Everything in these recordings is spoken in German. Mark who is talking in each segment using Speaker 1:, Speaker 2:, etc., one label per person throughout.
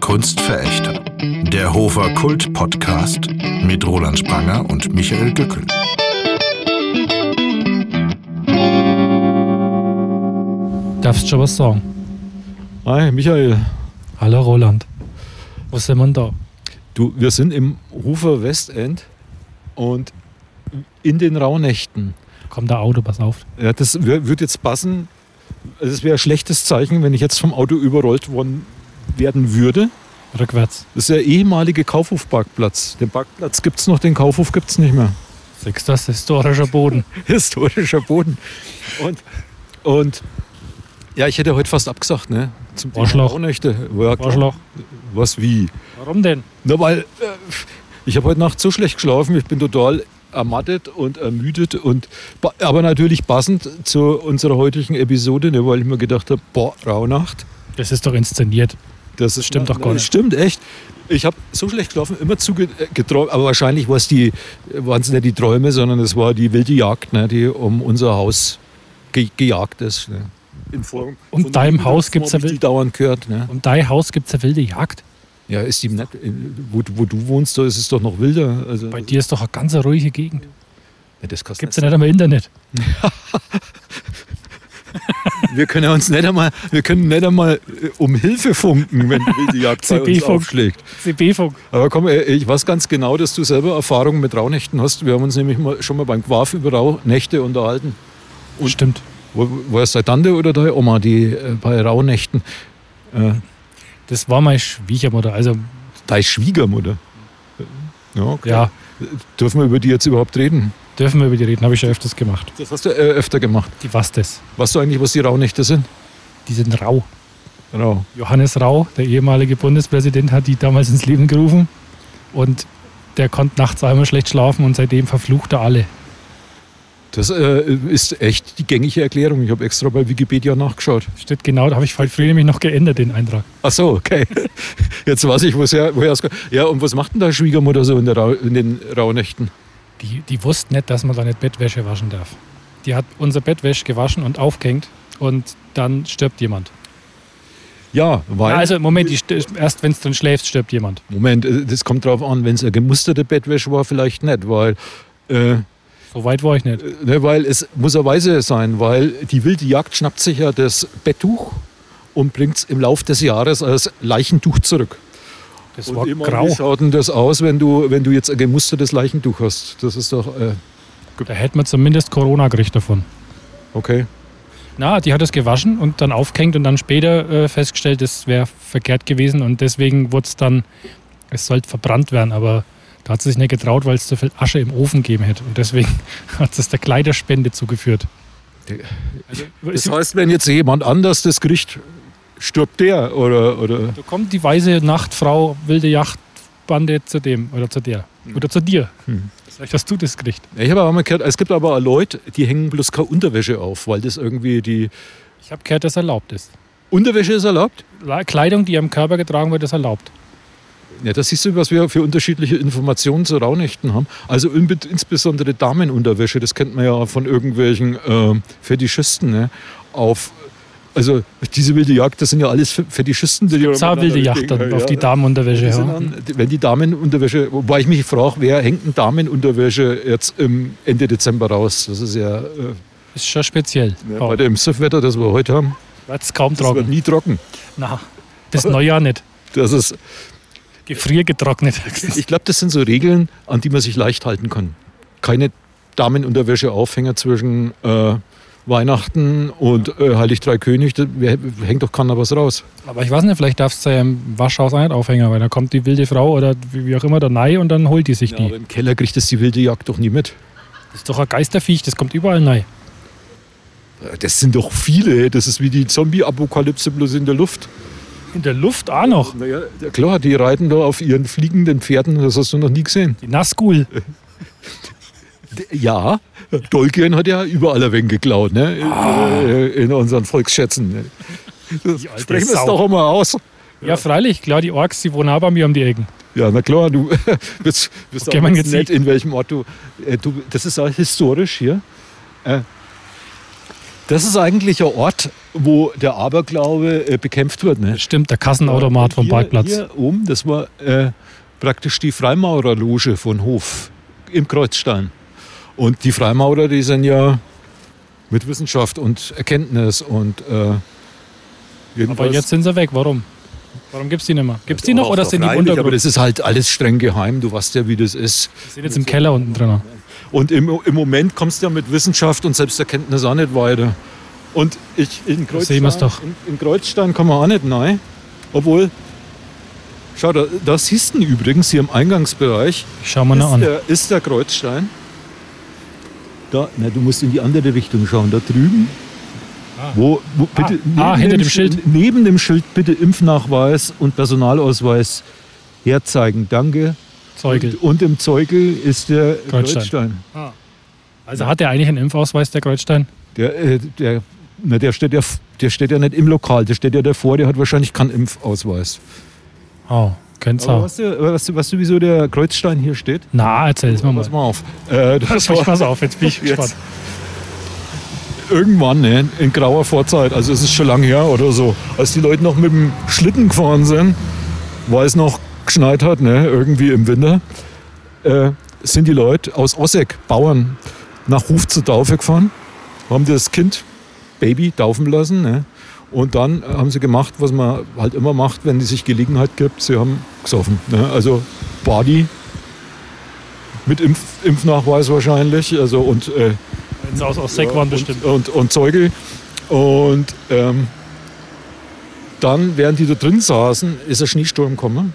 Speaker 1: Kunstverächter. Der Hofer Kult Podcast mit Roland Spranger und Michael Dückel.
Speaker 2: Darfst schon was sagen?
Speaker 3: Hi, Michael.
Speaker 2: Hallo Roland. Wo sind wir da?
Speaker 3: Du, wir sind im Hofer Westend und in den Rauhnächten.
Speaker 2: Kommt der Auto, pass auf.
Speaker 3: Ja, das würde jetzt passen. Es wäre ein schlechtes Zeichen, wenn ich jetzt vom Auto überrollt worden werden würde.
Speaker 2: Rückwärts.
Speaker 3: Das ist der ehemalige Kaufhofparkplatz. Den Parkplatz gibt es noch, den Kaufhof gibt es nicht mehr.
Speaker 2: Sechs, das historischer Boden.
Speaker 3: Historischer Boden. Und, und ja, ich hätte heute fast abgesagt, ne? Zum Thema
Speaker 2: Arschloch.
Speaker 3: Rauhnächte. Ja, klar.
Speaker 2: Arschloch.
Speaker 3: Was wie?
Speaker 2: Warum denn?
Speaker 3: Na, weil äh, ich habe heute Nacht so schlecht geschlafen, ich bin total ermattet und ermüdet und ba- aber natürlich passend zu unserer heutigen Episode, ne, weil ich mir gedacht habe, boah, Rauhnacht.
Speaker 2: Das ist doch inszeniert.
Speaker 3: Das ist
Speaker 2: Stimmt
Speaker 3: na-
Speaker 2: doch
Speaker 3: na,
Speaker 2: gar nicht.
Speaker 3: Stimmt echt. Ich habe so schlecht geschlafen, immer zugeträumt, aber wahrscheinlich war's die- waren es nicht die Träume, sondern es war die wilde Jagd, ne, die um unser Haus ge gejagt ist. Ne. In Form
Speaker 2: Um
Speaker 3: von
Speaker 2: deinem
Speaker 3: Wilden
Speaker 2: Haus
Speaker 3: Wachsen
Speaker 2: gibt's
Speaker 3: hab
Speaker 2: ja
Speaker 3: ich
Speaker 2: Wild-
Speaker 3: die dauernd gehört. Ne.
Speaker 2: Um dein Haus gibt es eine wilde Jagd.
Speaker 3: Ja, ist die nicht, äh, wo, wo du wohnst, da ist es doch noch wilder. Also,
Speaker 2: Bei dir ist doch eine ganz ruhige Gegend.
Speaker 3: Ja, das kostet
Speaker 2: Gibt es ja nicht einmal Internet.
Speaker 3: Wir können ja uns nicht einmal, wir können nicht einmal äh, um Hilfe funken, wenn die wilde Jagd bei uns
Speaker 2: CB-Funk.
Speaker 3: aufschlägt.
Speaker 2: CB-Funk.
Speaker 3: Aber komm, äh, ich weiß ganz genau, dass du selber Erfahrungen mit Rauhnächten hast. Wir haben uns nämlich mal, schon mal beim Quaf über Rauhnächte unterhalten.
Speaker 2: Stimmt.
Speaker 3: Wo- War es deine Tante oder deine Oma, die äh, bei Rauhnächten,
Speaker 2: Das war meine Schwiegermutter. Also,
Speaker 3: deine Schwiegermutter? Ja, okay.
Speaker 2: ja,
Speaker 3: Dürfen wir über die jetzt überhaupt reden?
Speaker 2: dürfen wir über die reden. Habe ich ja öfters gemacht.
Speaker 3: Das hast du äh, öfter gemacht.
Speaker 2: Die was das?
Speaker 3: Weißt du eigentlich, was die Rauhnächte sind?
Speaker 2: Die sind rau.
Speaker 3: Genau.
Speaker 2: Johannes Rau, der ehemalige Bundespräsident, hat die damals ins Leben gerufen. Und der konnte nachts einmal schlecht schlafen und seitdem verflucht er alle.
Speaker 3: Das äh, ist echt die gängige Erklärung. Ich habe extra bei Wikipedia nachgeschaut.
Speaker 2: Steht genau, da habe ich heute früh nämlich noch geändert, den Eintrag.
Speaker 3: Ach so, okay. Jetzt weiß ich, woher, woher es kommt. Ja, und was macht denn da Schwiegermutter so in, der Rau, in den Rauhnächten?
Speaker 2: Die, die wusste nicht, dass man da nicht Bettwäsche waschen darf. Die hat unser Bettwäsche gewaschen und aufgehängt und dann stirbt jemand.
Speaker 3: Ja, weil.
Speaker 2: Ja, also Moment, die sti- erst wenn du drin schläfst, stirbt jemand.
Speaker 3: Moment, äh, das kommt drauf an, wenn es eine gemusterte Bettwäsche war, vielleicht nicht, weil. Äh,
Speaker 2: So weit war ich nicht.
Speaker 3: ne, weil es muss eine Weise sein, weil die wilde Jagd schnappt sich ja das Betttuch und bringt es im Laufe des Jahres als Leichentuch zurück.
Speaker 2: Das war
Speaker 3: Und immer, wie
Speaker 2: grau.
Speaker 3: schaut denn das aus, wenn du, wenn du jetzt ein gemustertes Leichentuch hast? Das ist doch. Äh,
Speaker 2: Da hätte man zumindest Corona gekriegt davon.
Speaker 3: okay.
Speaker 2: Na, die hat es gewaschen und dann aufgehängt und dann später äh, festgestellt, das wäre verkehrt gewesen und deswegen wurde es dann, es sollte verbrannt werden, aber da hat sie sich nicht getraut, weil es zu viel Asche im Ofen gegeben hätte und deswegen hat sie es der Kleiderspende zugeführt.
Speaker 3: Die-
Speaker 2: Also,
Speaker 3: Das heißt, wenn jetzt jemand anders das Gericht stirbt der oder, oder
Speaker 2: da kommt die weise Nachtfrau, wilde Yachtbande zu dem oder zu der oder zu dir.
Speaker 3: Hm.
Speaker 2: Vielleicht hast du das Gericht.
Speaker 3: ich habe auch mal gehört, es gibt aber auch Leute, die hängen bloß keine Unterwäsche auf, weil das irgendwie die
Speaker 2: Ich habe gehört, dass erlaubt ist.
Speaker 3: Unterwäsche ist erlaubt.
Speaker 2: La- Kleidung, die am Körper getragen wird, ist erlaubt.
Speaker 3: Ja, das siehst du, was wir für unterschiedliche Informationen zu Raunächten haben. Also in, insbesondere Damenunterwäsche, das kennt man ja von irgendwelchen ähm, Fetischisten, ne? Auf also diese wilde Jagd, das sind ja alles Fe- Fetischisten, die
Speaker 2: Zahwilde Yacht dann auf die Damenunterwäsche.
Speaker 3: Die sind
Speaker 2: Ja.
Speaker 3: an, die- wenn die Damenunterwäsche, wobei ich mich frage, wer hängt denn Damenunterwäsche jetzt im Ende Dezember raus? Das ist ja äh,
Speaker 2: Ist schon speziell. Oh.
Speaker 3: bei dem Surfwetter, das wir heute haben,
Speaker 2: Wird es kaum
Speaker 3: das wird
Speaker 2: trocken.
Speaker 3: nie trocken.
Speaker 2: Na, das Neujahr nicht.
Speaker 3: Das ist,
Speaker 2: Gefriergetrocknet höchstens.
Speaker 3: ich glaube, das sind so Regeln, an die man sich leicht halten kann. Keine Damenunterwäsche-Aufhänger zwischen äh, Weihnachten und äh, Heilig Drei König, da wer- hängt doch keiner was raus.
Speaker 2: Aber ich weiß nicht, vielleicht darfst du ja im Waschhaus auch nicht aufhängen, weil da kommt die wilde Frau oder wie wie auch immer da rein und dann holt die sich
Speaker 3: Ja, aber
Speaker 2: die.
Speaker 3: im Keller kriegt das die wilde Jagd doch nie mit.
Speaker 2: Das ist doch ein Geisterviech, das kommt überall rein.
Speaker 3: Äh, Das sind doch viele, das ist wie die Zombie-Apokalypse bloß in der Luft.
Speaker 2: In der Luft auch noch.
Speaker 3: Naja, ja, klar, die reiten da auf ihren fliegenden Pferden, das hast du noch nie gesehen.
Speaker 2: Die Nazgul.
Speaker 3: Ja, Tolkien hat ja überall ein wenig geklaut, ne? In, äh, in unseren Volksschätzen. Ne? Das
Speaker 2: Ah. alte
Speaker 3: Sprechen wir es
Speaker 2: Sau.
Speaker 3: doch mal aus.
Speaker 2: Ja, freilich, klar, die Orks, die wohnen auch bei mir um die Ecken.
Speaker 3: Ja, na klar, du bist, bist
Speaker 2: Okay,
Speaker 3: auch
Speaker 2: man
Speaker 3: ganz
Speaker 2: jetzt
Speaker 3: nett, in welchem Ort du, äh, du. Das ist auch historisch hier. Äh, Das ist eigentlich ein Ort, wo der Aberglaube äh, bekämpft wird. Ne?
Speaker 2: Stimmt, der Kassenautomat vom
Speaker 3: hier,
Speaker 2: Parkplatz.
Speaker 3: Hier oben, das war äh, praktisch die Freimaurerloge von Hof im Kreuzstein. Und die Freimaurer, die sind ja mit Wissenschaft und Erkenntnis und äh,
Speaker 2: Aber
Speaker 3: jedenfalls-
Speaker 2: jetzt sind sie weg. Warum? Warum gibt es die nicht mehr? Gibt es die
Speaker 3: Ja,
Speaker 2: noch oder
Speaker 3: doch,
Speaker 2: sind die im
Speaker 3: freilich, Aber
Speaker 2: Untergrund?
Speaker 3: das ist halt alles streng geheim. Du weißt ja, wie das ist.
Speaker 2: Die sind jetzt im Keller unten drin.
Speaker 3: Und im, im Moment kommst du ja mit Wissenschaft und Selbsterkenntnis auch nicht weiter. Und ich, in,
Speaker 2: sehen
Speaker 3: Kreuzstein,
Speaker 2: wir's doch.
Speaker 3: In, in Kreuzstein kann man auch nicht rein. Obwohl, schau, da, das hieß denn übrigens hier im Eingangsbereich,
Speaker 2: Ich schau mal
Speaker 3: ist
Speaker 2: noch an.
Speaker 3: der, ist der Kreuzstein. Da, na, du musst in die andere Richtung schauen, da drüben. Wo, wo bitte neben
Speaker 2: ah, hinter dem
Speaker 3: Sch-
Speaker 2: Schild.
Speaker 3: Neben dem Schild bitte Impfnachweis und Personalausweis herzeigen. Danke.
Speaker 2: Zeugel.
Speaker 3: Und, und im Zeugel ist der
Speaker 2: Kreuzstein.
Speaker 3: Kreuzstein.
Speaker 2: Also hat der eigentlich einen Impfausweis, der Kreuzstein?
Speaker 3: Der, äh, der, na, der, steht ja, f- der steht ja nicht im Lokal, der steht ja davor, der hat wahrscheinlich keinen Impfausweis.
Speaker 2: Oh, könnte
Speaker 3: Aber
Speaker 2: auch.
Speaker 3: weißt du, äh, weißt, du, weißt du, wieso der Kreuzstein hier steht?
Speaker 2: Na, erzähl's mir mal.
Speaker 3: Pass mal auf. Äh, das
Speaker 2: Ich
Speaker 3: war
Speaker 2: pass auf, jetzt bin ich gespannt.
Speaker 3: irgendwann ne, in grauer Vorzeit, also es ist schon lange her oder so, als die Leute noch mit dem Schlitten gefahren sind, weil es noch geschneit hat, ne, irgendwie im Winter, äh, sind die Leute aus Osseck, Bauern, nach Ruf zur Taufe gefahren, haben das Kind, Baby, taufen lassen. Ne, und dann haben sie gemacht, was man halt immer macht, wenn die sich Gelegenheit gibt, sie haben gesoffen. Ne, also Body. Mit Impf Impfnachweis wahrscheinlich, also und äh,
Speaker 2: Wenn sie aus Osseck waren,
Speaker 3: und,
Speaker 2: bestimmt.
Speaker 3: Und, und Zeugel. Und ähm, dann, während die da drin saßen, ist ein Schneesturm gekommen.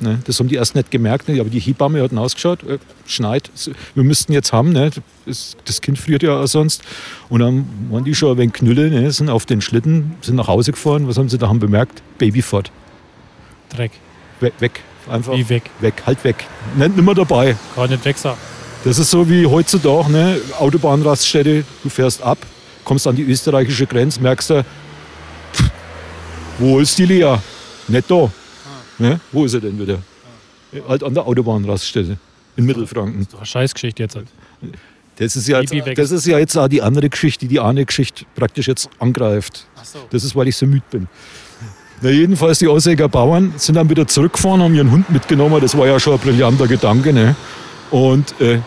Speaker 3: Ne, das haben die erst nicht gemerkt, ne, aber die Hebamme hat ausgeschaut, äh, schneit, s- wir müssten jetzt haben, ne, das, das Kind friert ja auch sonst. Und dann waren die schon ein wenig Knülle, ne, sind auf den Schlitten, sind nach Hause gefahren, was haben sie da haben bemerkt? Baby fort,
Speaker 2: Dreck.
Speaker 3: weg, weg, einfach
Speaker 2: Wie weg.
Speaker 3: weg, halt weg, nicht nimmer dabei.
Speaker 2: Kann nicht weg sagen.
Speaker 3: Das ist so wie heutzutage, ne? Autobahnraststätte, du fährst ab, kommst an die österreichische Grenze, merkst du, pff, wo ist die Lea? Nicht da. Ne? Wo ist sie denn wieder? Halt an der Autobahnraststätte in Mittelfranken.
Speaker 2: So eine Scheißgeschichte jetzt. Halt.
Speaker 3: Das ist, ja jetzt,
Speaker 2: Baby weg.
Speaker 3: das ist ja jetzt auch die andere Geschichte, die die eine Geschichte praktisch jetzt angreift. Das ist, weil ich so müde bin. Na, jedenfalls, die Aussäger Bauern sind dann wieder zurückgefahren, haben ihren Hund mitgenommen. Das war ja schon ein brillanter Gedanke. Ne? Und äh,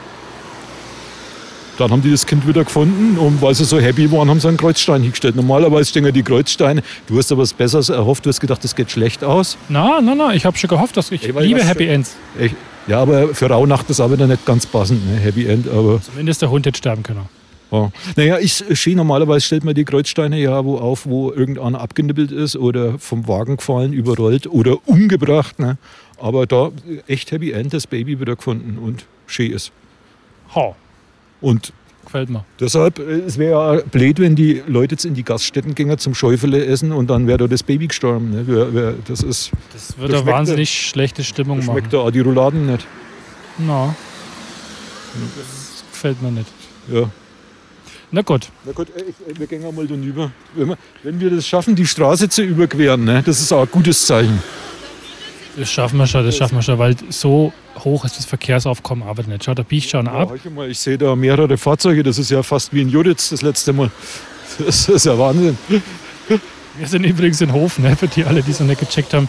Speaker 3: dann haben die das Kind wieder gefunden und weil sie so happy waren, haben sie einen Kreuzstein hingestellt. Normalerweise stehen ja die Kreuzsteine. Du hast aber was Besseres erhofft, du hast gedacht, das geht schlecht aus.
Speaker 2: Na, na, na, ich habe schon gehofft, dass ich
Speaker 3: Ey, weil
Speaker 2: liebe
Speaker 3: was
Speaker 2: Happy
Speaker 3: für-
Speaker 2: Ends.
Speaker 3: Ich, ja, aber für Rauhnacht ist aber dann nicht ganz passend, ne? Happy End. Aber
Speaker 2: Zumindest der Hund hätte sterben können.
Speaker 3: Ja. Oh. Naja, ich schien normalerweise stellt man die Kreuzsteine ja wo auf, wo irgendeiner abgenippelt ist oder vom Wagen gefallen, überrollt oder umgebracht. Ne? Aber da äh, echt Happy End, das Baby wieder gefunden und schön ist.
Speaker 2: Ha,
Speaker 3: Und
Speaker 2: gefällt mir.
Speaker 3: deshalb, äh, es wäre ja blöd, wenn die Leute jetzt in die Gaststätten gingen zum Schäufele essen und dann wäre da das Baby gestorben. Ne? Wer, wer, das ist,
Speaker 2: Das wird
Speaker 3: Das
Speaker 2: eine
Speaker 3: schmeckt
Speaker 2: wahnsinnig schlechte Stimmung
Speaker 3: schmeckt
Speaker 2: machen.
Speaker 3: da auch die Rouladen nicht.
Speaker 2: Na. Das gefällt mir nicht.
Speaker 3: Ja.
Speaker 2: Na gut.
Speaker 3: Na gut, äh, ich, äh, wir gehen mal dann über. Wenn wir, wenn wir das schaffen, die Straße zu überqueren, ne? das ist auch ein gutes Zeichen.
Speaker 2: Das schaffen wir schon, das schaffen wir schon, weil so hoch ist das Verkehrsaufkommen aber nicht. Schau, da biege ich schon
Speaker 3: Ja,
Speaker 2: ab.
Speaker 3: horch mal, ich sehe da mehrere Fahrzeuge. Das ist ja fast wie in Juditz das letzte Mal. Das ist ja Wahnsinn.
Speaker 2: Wir sind übrigens in Hof, ne? für die alle, die es noch nicht gecheckt haben.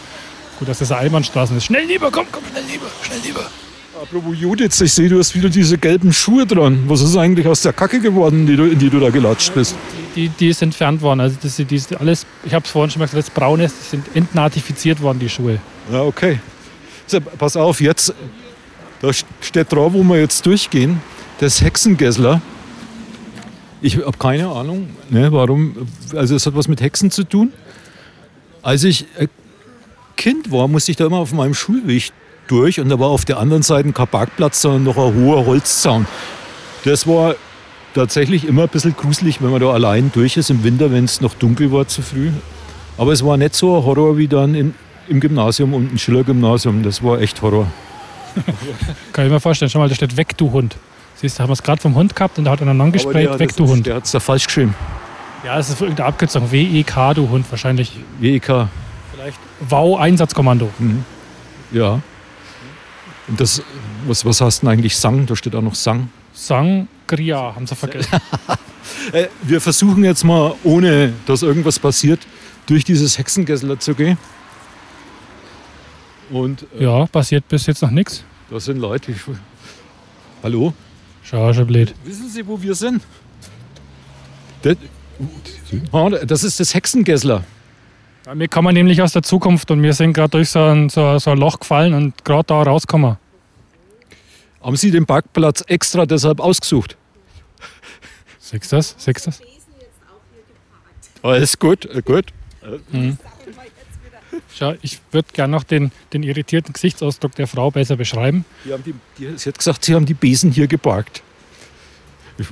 Speaker 2: Gut, dass das eine Einbahnstraße ist. Schnell lieber, komm, komm, schnell lieber, schnell lieber.
Speaker 3: Apropos Juditz, ich sehe, du hast wieder diese gelben Schuhe dran. Was ist eigentlich aus der Kacke geworden, die du, in die du da gelatscht bist?
Speaker 2: Die, die ist entfernt worden. Also das, die ist alles, ich habe es vorhin schon mal gesagt, das Braune ist, die sind entnatifiziert worden, die Schuhe.
Speaker 3: Ja, okay. So, pass auf, jetzt, da steht drauf, wo wir jetzt durchgehen, das Hexengessler. Ich habe keine Ahnung, ne, warum. Also, es hat was mit Hexen zu tun. Als ich äh, Kind war, musste ich da immer auf meinem Schulweg durch und da war auf der anderen Seite kein Parkplatz, sondern noch ein hoher Holzzaun. Das war tatsächlich immer ein bisschen gruselig, wenn man da allein durch ist im Winter, wenn es noch dunkel war zu früh. Aber es war nicht so ein Horror wie dann in, im Gymnasium und im Schiller-Gymnasium. Das war echt Horror.
Speaker 2: Kann ich mir vorstellen. Schau mal, da steht weg, du Hund. Siehst du, haben wir es gerade vom Hund gehabt und da hat einer noch gesprayt, weg, du Hund.
Speaker 3: Der hat es da falsch geschrieben.
Speaker 2: Ja, es ist irgendeine Abkürzung. WEK, du Hund, wahrscheinlich.
Speaker 3: WEK.
Speaker 2: Vielleicht. Wow, Einsatzkommando.
Speaker 3: Ja. Und das, was, was heißt denn eigentlich Sang? Da steht auch noch Sang.
Speaker 2: Sangria, haben sie vergessen.
Speaker 3: Äh, wir versuchen jetzt mal, ohne dass irgendwas passiert, durch dieses Hexengessler zu gehen. Und äh,
Speaker 2: Ja, passiert bis jetzt noch nichts.
Speaker 3: da sind Leute. Ich, hallo?
Speaker 2: Schau, schon blöd.
Speaker 3: Wissen Sie, wo wir sind? Das, Ah, das ist das Hexengessler.
Speaker 2: Ja, Wir kommen nämlich aus der Zukunft und wir sind gerade durch so ein, so, so ein Loch gefallen und gerade da rauskommen.
Speaker 3: Haben Sie den Parkplatz extra deshalb ausgesucht?
Speaker 2: Siehst du das? Siehst du das?
Speaker 3: Alles gut, äh, gut.
Speaker 2: Schau, ich würde gerne noch den, den irritierten Gesichtsausdruck der Frau besser beschreiben.
Speaker 3: Die haben die, die, sie hat gesagt, Sie haben die Besen hier geparkt. Ich,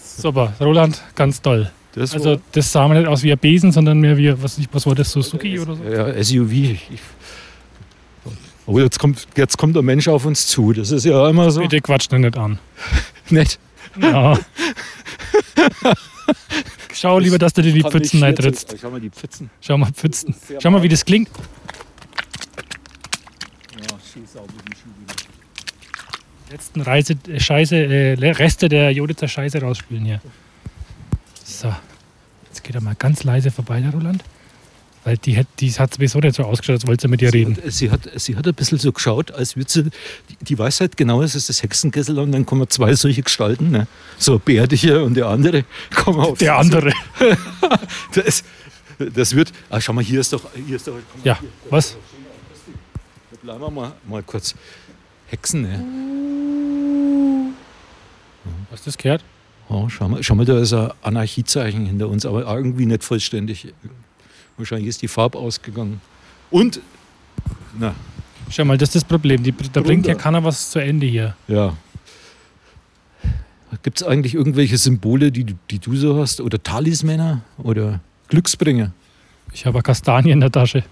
Speaker 2: Super, Roland, ganz toll.
Speaker 3: das
Speaker 2: Also das sah mir nicht aus wie ein Besen, sondern mehr wie, was, nicht, was war das, Suzuki oder so?
Speaker 3: war, ja, SUV. Ich, aber jetzt kommt, jetzt kommt der Mensch auf uns zu. Das ist ja immer so
Speaker 2: Bitte quatsch den nicht an.
Speaker 3: nett.
Speaker 2: Ja. Schau lieber, dass du dir die Pfützen eintrittst.
Speaker 3: Ich habe mal die Pfützen.
Speaker 2: Schau mal, Pfützen. Schau mal, wie das klingt. Letzten Reise, äh, Scheiße, äh, Le- Reste der Joditzer Scheiße rausspülen hier. So, jetzt geht er mal ganz leise vorbei, der Roland. Weil die hat, die hat sowieso nicht so ausgeschaut, als wollte sie mit ihr reden.
Speaker 3: Sie hat, sie hat ein bisschen so geschaut, als würde sie, die- die weiß halt genau, es ist das Hexengessel und dann kommen zwei solche Gestalten, ne? so ein bärtiger und der andere. Kommen auf
Speaker 2: Der andere.
Speaker 3: Das, das wird, ah, schau mal, hier ist doch, hier ist doch, komm,
Speaker 2: Ja, was?
Speaker 3: da bleiben wir mal, mal kurz. Hexen, ne?
Speaker 2: Hast du das gehört?
Speaker 3: Oh, schau, mal, schau mal, da ist ein Anarchiezeichen hinter uns, aber irgendwie nicht vollständig. Wahrscheinlich ist die Farbe ausgegangen. Und, na,
Speaker 2: Schau mal, das ist das Problem. Die, da bringt ja keiner was zu Ende hier.
Speaker 3: Ja. Gibt es eigentlich irgendwelche Symbole, die, du- die du so hast? Oder Talismänner? Oder Glücksbringer?
Speaker 2: Ich habe eine Kastanie in der Tasche.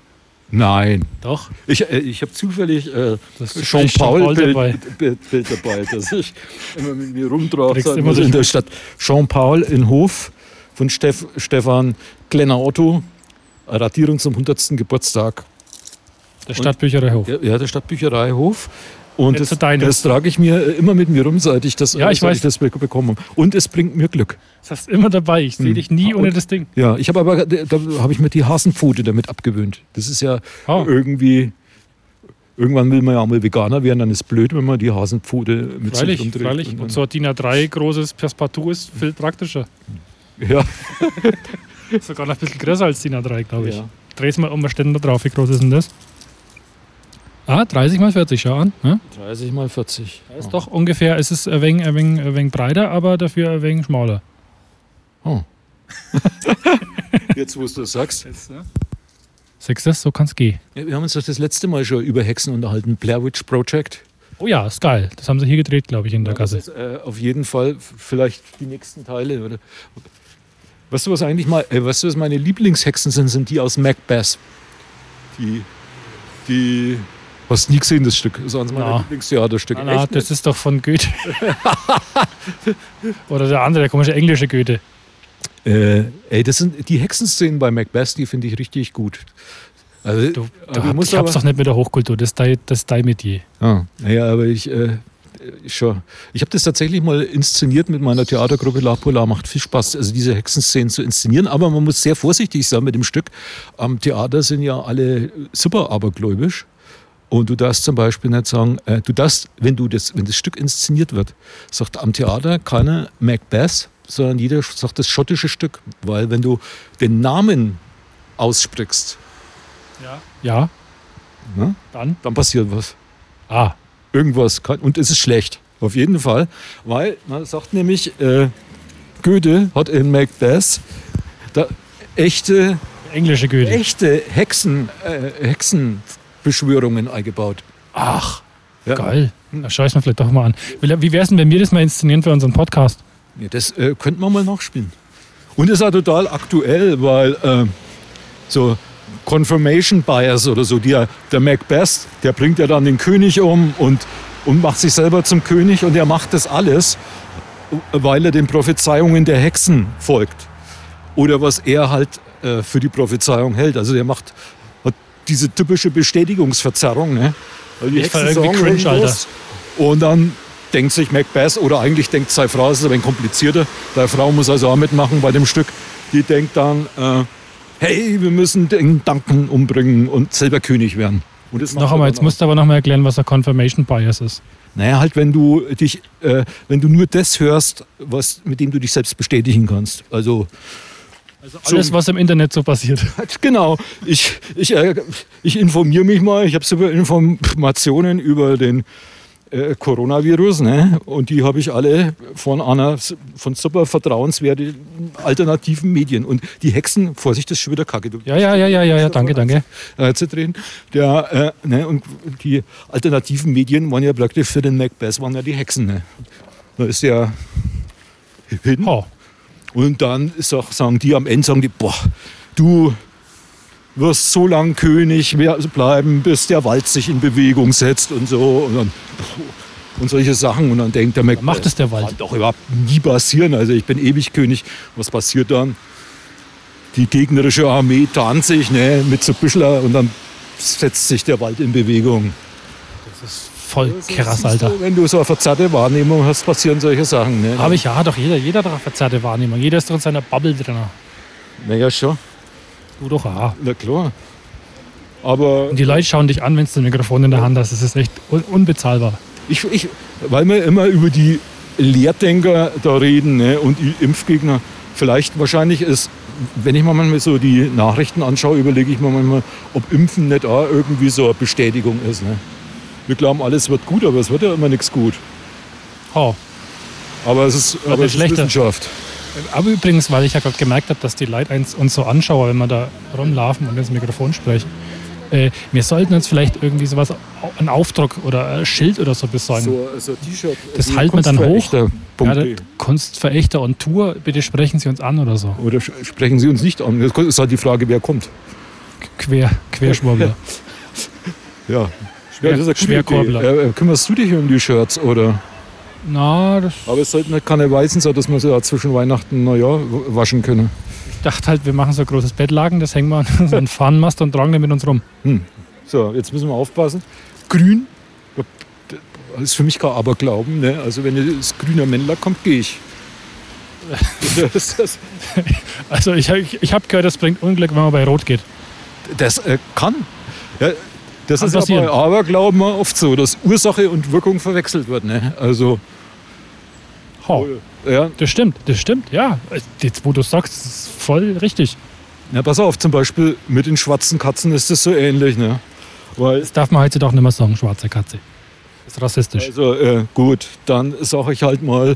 Speaker 3: Nein.
Speaker 2: Doch.
Speaker 3: Ich, äh, ich habe zufällig äh,
Speaker 2: Das ist Jean-Paul
Speaker 3: Jean-Paul-Bild
Speaker 2: dabei.
Speaker 3: dabei. Bild, Bild dabei, das ich immer mit mir rumtrage.
Speaker 2: Kriegst
Speaker 3: sagen
Speaker 2: immer
Speaker 3: muss
Speaker 2: so
Speaker 3: in der
Speaker 2: schön.
Speaker 3: Stadt. Jean-Paul in Hof von Steff, Stefan Kleiner Otto. eine Radierung zum 100. Geburtstag.
Speaker 2: Der Stadtbücherei hoch.
Speaker 3: Ja, ja der Stadtbücherei Hof. Und
Speaker 2: Jetzt
Speaker 3: das,
Speaker 2: zu deinem.
Speaker 3: das trage ich mir äh, immer mit mir rum, seit ich das, äh,
Speaker 2: Ja, ich
Speaker 3: seit
Speaker 2: weiß.
Speaker 3: ich das be- bekommen habe. Und es bringt mir Glück.
Speaker 2: Das hast du immer dabei. Ich
Speaker 3: Hm.
Speaker 2: sehe dich
Speaker 3: Ah,
Speaker 2: nie ohne das Ding.
Speaker 3: Ja, ich habe aber, da habe ich mir die Hasenpfote damit abgewöhnt. Das ist ja
Speaker 2: Ah.
Speaker 3: irgendwie, irgendwann will man ja auch mal Veganer werden, dann ist blöd, wenn man die Hasenpfote mit sich
Speaker 2: Freilich,
Speaker 3: rumträgt.
Speaker 2: freilich.
Speaker 3: Und
Speaker 2: Und,
Speaker 3: dann, Hm.
Speaker 2: so ein DIN A3 großes Passepartout ist viel praktischer.
Speaker 3: Ja,
Speaker 2: Sogar noch ein bisschen größer als DIN A3, glaube ich.
Speaker 3: Ja.
Speaker 2: Dreh's mal um, was steht denn da drauf? Wie groß ist denn das? Ah, 30 mal 40, schau an. Ja?
Speaker 3: 30 mal 40.
Speaker 2: Das ist doch ungefähr, es ist ein wenig, ein, wenig, ein wenig breiter, aber dafür ein wenig schmaler.
Speaker 3: Oh. Jetzt, wo du das ne? sagst.
Speaker 2: Siehst du das? So kann's gehen.
Speaker 3: Ja, wir haben uns doch das letzte Mal schon über Hexen unterhalten. Blair Witch Project.
Speaker 2: Oh ja, ist geil. Das haben sie hier gedreht, glaube ich, in der Gasse.
Speaker 3: Das ist, äh, auf jeden Fall f- vielleicht die nächsten Teile. Oder? Weißt du, was eigentlich mal, äh, weißt du, was meine Lieblingshexen sind? Sind die aus Macbeth. Die, die. Hast nie gesehen, das Stück. Das ist eines meiner
Speaker 2: Na.
Speaker 3: Lieblingstheaterstücke.
Speaker 2: Ah, na,
Speaker 3: Echt?
Speaker 2: das ist doch von Goethe. Oder der andere, der komische englische Goethe.
Speaker 3: Äh, ey, das sind die Hexenszenen bei Macbeth, die finde ich richtig gut. Also,
Speaker 2: Du,
Speaker 3: aber
Speaker 2: du
Speaker 3: ich
Speaker 2: hab,
Speaker 3: muss
Speaker 2: ich hab's
Speaker 3: aber-
Speaker 2: doch nicht mit der Hochkultur, das ist dein, das ist dein Metier.
Speaker 3: Ah, naja, aber ich, äh, schon. Ich habe das tatsächlich mal inszeniert mit meiner Theatergruppe La Polar. Macht viel Spaß, also diese Hexenszenen zu inszenieren. Aber man muss sehr vorsichtig sein mit dem Stück. Am Theater sind ja alle super abergläubisch. Und du darfst zum Beispiel nicht sagen, äh, du darfst, wenn, du das, wenn das Stück inszeniert wird, sagt am Theater keiner Macbeth, sondern jeder sagt das schottische Stück. Weil wenn du den Namen aussprichst,
Speaker 2: Ja. Ja,
Speaker 3: ne,
Speaker 2: dann?
Speaker 3: dann passiert was.
Speaker 2: Ah,
Speaker 3: irgendwas kann. Und es ist schlecht. Auf jeden Fall. Weil man sagt nämlich, äh, Goethe hat in Macbeth da echte,
Speaker 2: englische Goethe.
Speaker 3: echte Hexen, äh, Hexenbeschwörungen eingebaut. Ach, ja.
Speaker 2: Geil.
Speaker 3: Hm.
Speaker 2: Da schau ich's mir vielleicht doch mal an. Wie wie wär's denn, wenn wir das mal inszenieren für unseren Podcast?
Speaker 3: Ja, das äh, könnte man mal nachspielen. Und ist ja total aktuell, weil äh, so Confirmation Bias oder so, die, ja- der Macbeth, der bringt ja dann den König um und, und macht sich selber zum König und er macht das alles, weil er den Prophezeiungen der Hexen folgt. Oder was er halt äh, für die Prophezeiung hält. Also der macht hat diese typische Bestätigungsverzerrung. Ne? Weil die
Speaker 2: Ich fall
Speaker 3: Hexen
Speaker 2: irgendwie
Speaker 3: sagen
Speaker 2: cringe,
Speaker 3: irgendwas Und dann denkt sich Macbeth oder eigentlich denkt seine Frau, es ist ein wenig komplizierter. Deine Frau muss also auch mitmachen bei dem Stück. Die denkt dann, äh, hey, wir müssen den Duncan umbringen und selber König werden. Und das macht
Speaker 2: Noch
Speaker 3: er
Speaker 2: einmal,
Speaker 3: dann
Speaker 2: jetzt
Speaker 3: auch.
Speaker 2: musst du aber noch mal erklären, was der Confirmation Bias ist.
Speaker 3: Naja, halt, wenn du dich, äh, wenn du nur das hörst, was, mit dem du dich selbst bestätigen kannst. Also,
Speaker 2: Also Alles, was im Internet so passiert.
Speaker 3: genau. Ich, ich, äh, ich informiere mich mal. Ich habe super Informationen über den äh, Coronavirus, ne? Und die habe ich alle von einer s- von super vertrauenswerten alternativen Medien. Und die Hexen, Vorsicht, das ist schon wieder Kacke. Du,
Speaker 2: Ja, ja, ja, ja, ja, ja danke, danke.
Speaker 3: äh, zu drehen. Der, äh, ne, und die alternativen Medien waren ja praktisch für den Macbeth, waren ja die Hexen. Ne? Da ist ja hin.
Speaker 2: Oh,
Speaker 3: Und dann sag, sagen die am Ende, sagen die, boah, du wirst so lang König wer- also bleiben, bis der Wald sich in Bewegung setzt und so. Und, dann, und solche Sachen. Und dann denkt der Macbeth,
Speaker 2: macht es der Wald?
Speaker 3: Kann doch überhaupt nie passieren. Also ich bin ewig König. Was passiert dann? Die gegnerische Armee tarnt sich ne, mit so Büschler und dann setzt sich der Wald in Bewegung.
Speaker 2: voll krass,
Speaker 3: Das ist
Speaker 2: Alter.
Speaker 3: So, wenn du so eine verzerrte Wahrnehmung hast, passieren solche Sachen. Ne?
Speaker 2: Habe ich ja, hat doch jeder, jeder hat doch eine verzerrte Wahrnehmung. Jeder ist doch in seiner Bubble drin.
Speaker 3: Naja, schon.
Speaker 2: Du doch, aha.
Speaker 3: Na klar. Aber
Speaker 2: Und die Leute schauen dich an, wenn du ein Mikrofon in der Hand hast. Das ist echt un unbezahlbar.
Speaker 3: ich, ich, weil wir immer über die Lehrdenker da reden ne, und die Impfgegner, vielleicht wahrscheinlich ist, wenn ich mir manchmal so die Nachrichten anschaue, überlege ich mir manchmal, ob Impfen nicht auch irgendwie so eine Bestätigung ist. Ne. Wir glauben, alles wird gut, aber es wird ja immer nichts gut.
Speaker 2: Oh.
Speaker 3: Aber es ist, aber es ist
Speaker 2: schlechter.
Speaker 3: Wissenschaft.
Speaker 2: Aber übrigens, weil ich ja gerade gemerkt habe, dass die Leute eins uns so anschauen, wenn wir da rumlaufen und ins Mikrofon sprechen. Äh, wir sollten uns vielleicht irgendwie sowas, au- einen Aufdruck oder ein Schild oder so besorgen.
Speaker 3: so also T-Shirt. äh,
Speaker 2: Das halten wir dann hoch. Ja,
Speaker 3: Ja,
Speaker 2: das- Kunstverächter on Tour, bitte sprechen Sie uns an oder so.
Speaker 3: Oder sch- sprechen Sie uns nicht an. Das ist halt die Frage, wer kommt.
Speaker 2: Quer, Querschwurbler.
Speaker 3: Ja.
Speaker 2: Schwer-
Speaker 3: das ist eine gute
Speaker 2: Schwerkurbler.
Speaker 3: Idee. Äh, kümmerst du dich um die Shirts oder?
Speaker 2: Na, das,
Speaker 3: Aber es sollten halt keine weißen sein, dass man sie ja zwischen Weihnachten und Neujahr w- waschen können.
Speaker 2: ich dachte halt, wir machen so ein großes Bettlaken, das hängen wir an so einen Fahnenmast und tragen den mit uns rum.
Speaker 3: So, jetzt müssen wir aufpassen. Grün, ja, das ist für mich kein Aberglauben. Ne? Also wenn das grüner Männler kommt, gehe ich. Das, das,
Speaker 2: Also ich, ich, ich habe gehört, das bringt Unglück, wenn man bei Rot geht.
Speaker 3: das äh, kann. Ja, das
Speaker 2: Kann
Speaker 3: ist
Speaker 2: passieren.
Speaker 3: aber Aberglauben auch oft so, dass Ursache und Wirkung verwechselt wird. Ne? Also,
Speaker 2: Ho.
Speaker 3: ja,
Speaker 2: Das stimmt, das stimmt, ja. Jetzt, wo du sagst, das ist voll richtig.
Speaker 3: na, pass auf, zum Beispiel mit den schwarzen Katzen ist das so ähnlich. Ne? Weil
Speaker 2: Das darf man heute doch nicht mehr sagen, schwarze Katze. Das ist rassistisch.
Speaker 3: Also äh, gut, dann sage ich halt mal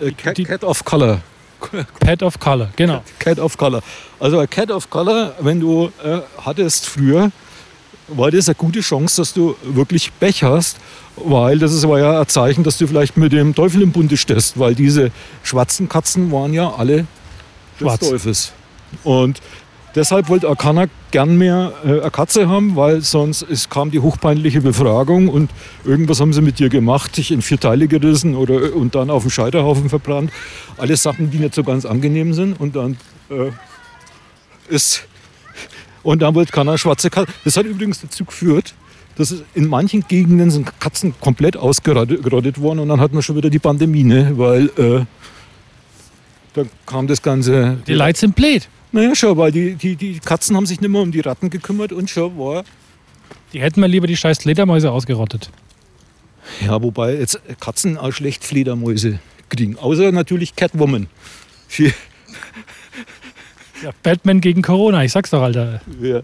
Speaker 3: äh, Cat,
Speaker 2: die-
Speaker 3: Cat of Color.
Speaker 2: Pad of Color, genau.
Speaker 3: Cat of Color. Also ein Cat of Color, wenn du äh, hattest früher, war das eine gute Chance, dass du wirklich Pech hast, weil das ist, war ja ein Zeichen, dass du vielleicht mit dem Teufel im Bunde stehst, weil diese schwarzen Katzen waren ja alle
Speaker 2: Schwarz.
Speaker 3: des Teufels. Und deshalb wollte auch keiner gern mehr äh, eine Katze haben, weil sonst es kam die hochpeinliche Befragung und irgendwas haben sie mit dir gemacht, dich in vier Teile gerissen oder, äh, und dann auf dem Scheiterhaufen verbrannt. Alles Sachen, die nicht so ganz angenehm sind. Und dann äh, ist. Und dann wollte keiner halt schwarze Katze. Das hat übrigens dazu geführt, dass es in manchen Gegenden sind Katzen komplett ausgerottet worden und dann hatten wir schon wieder die Pandemie, ne? weil äh, dann kam das Ganze.
Speaker 2: Die Leute sind blöd.
Speaker 3: Naja, schon, weil die, die, die Katzen haben sich nicht mehr um die Ratten gekümmert und schon war.
Speaker 2: Die hätten wir lieber die scheiß Fledermäuse ausgerottet.
Speaker 3: Ja, wobei jetzt Katzen auch schlecht Fledermäuse kriegen. Außer natürlich Catwoman. Für,
Speaker 2: Ja, Batman gegen Corona, ich sag's doch, Alter.
Speaker 3: wir,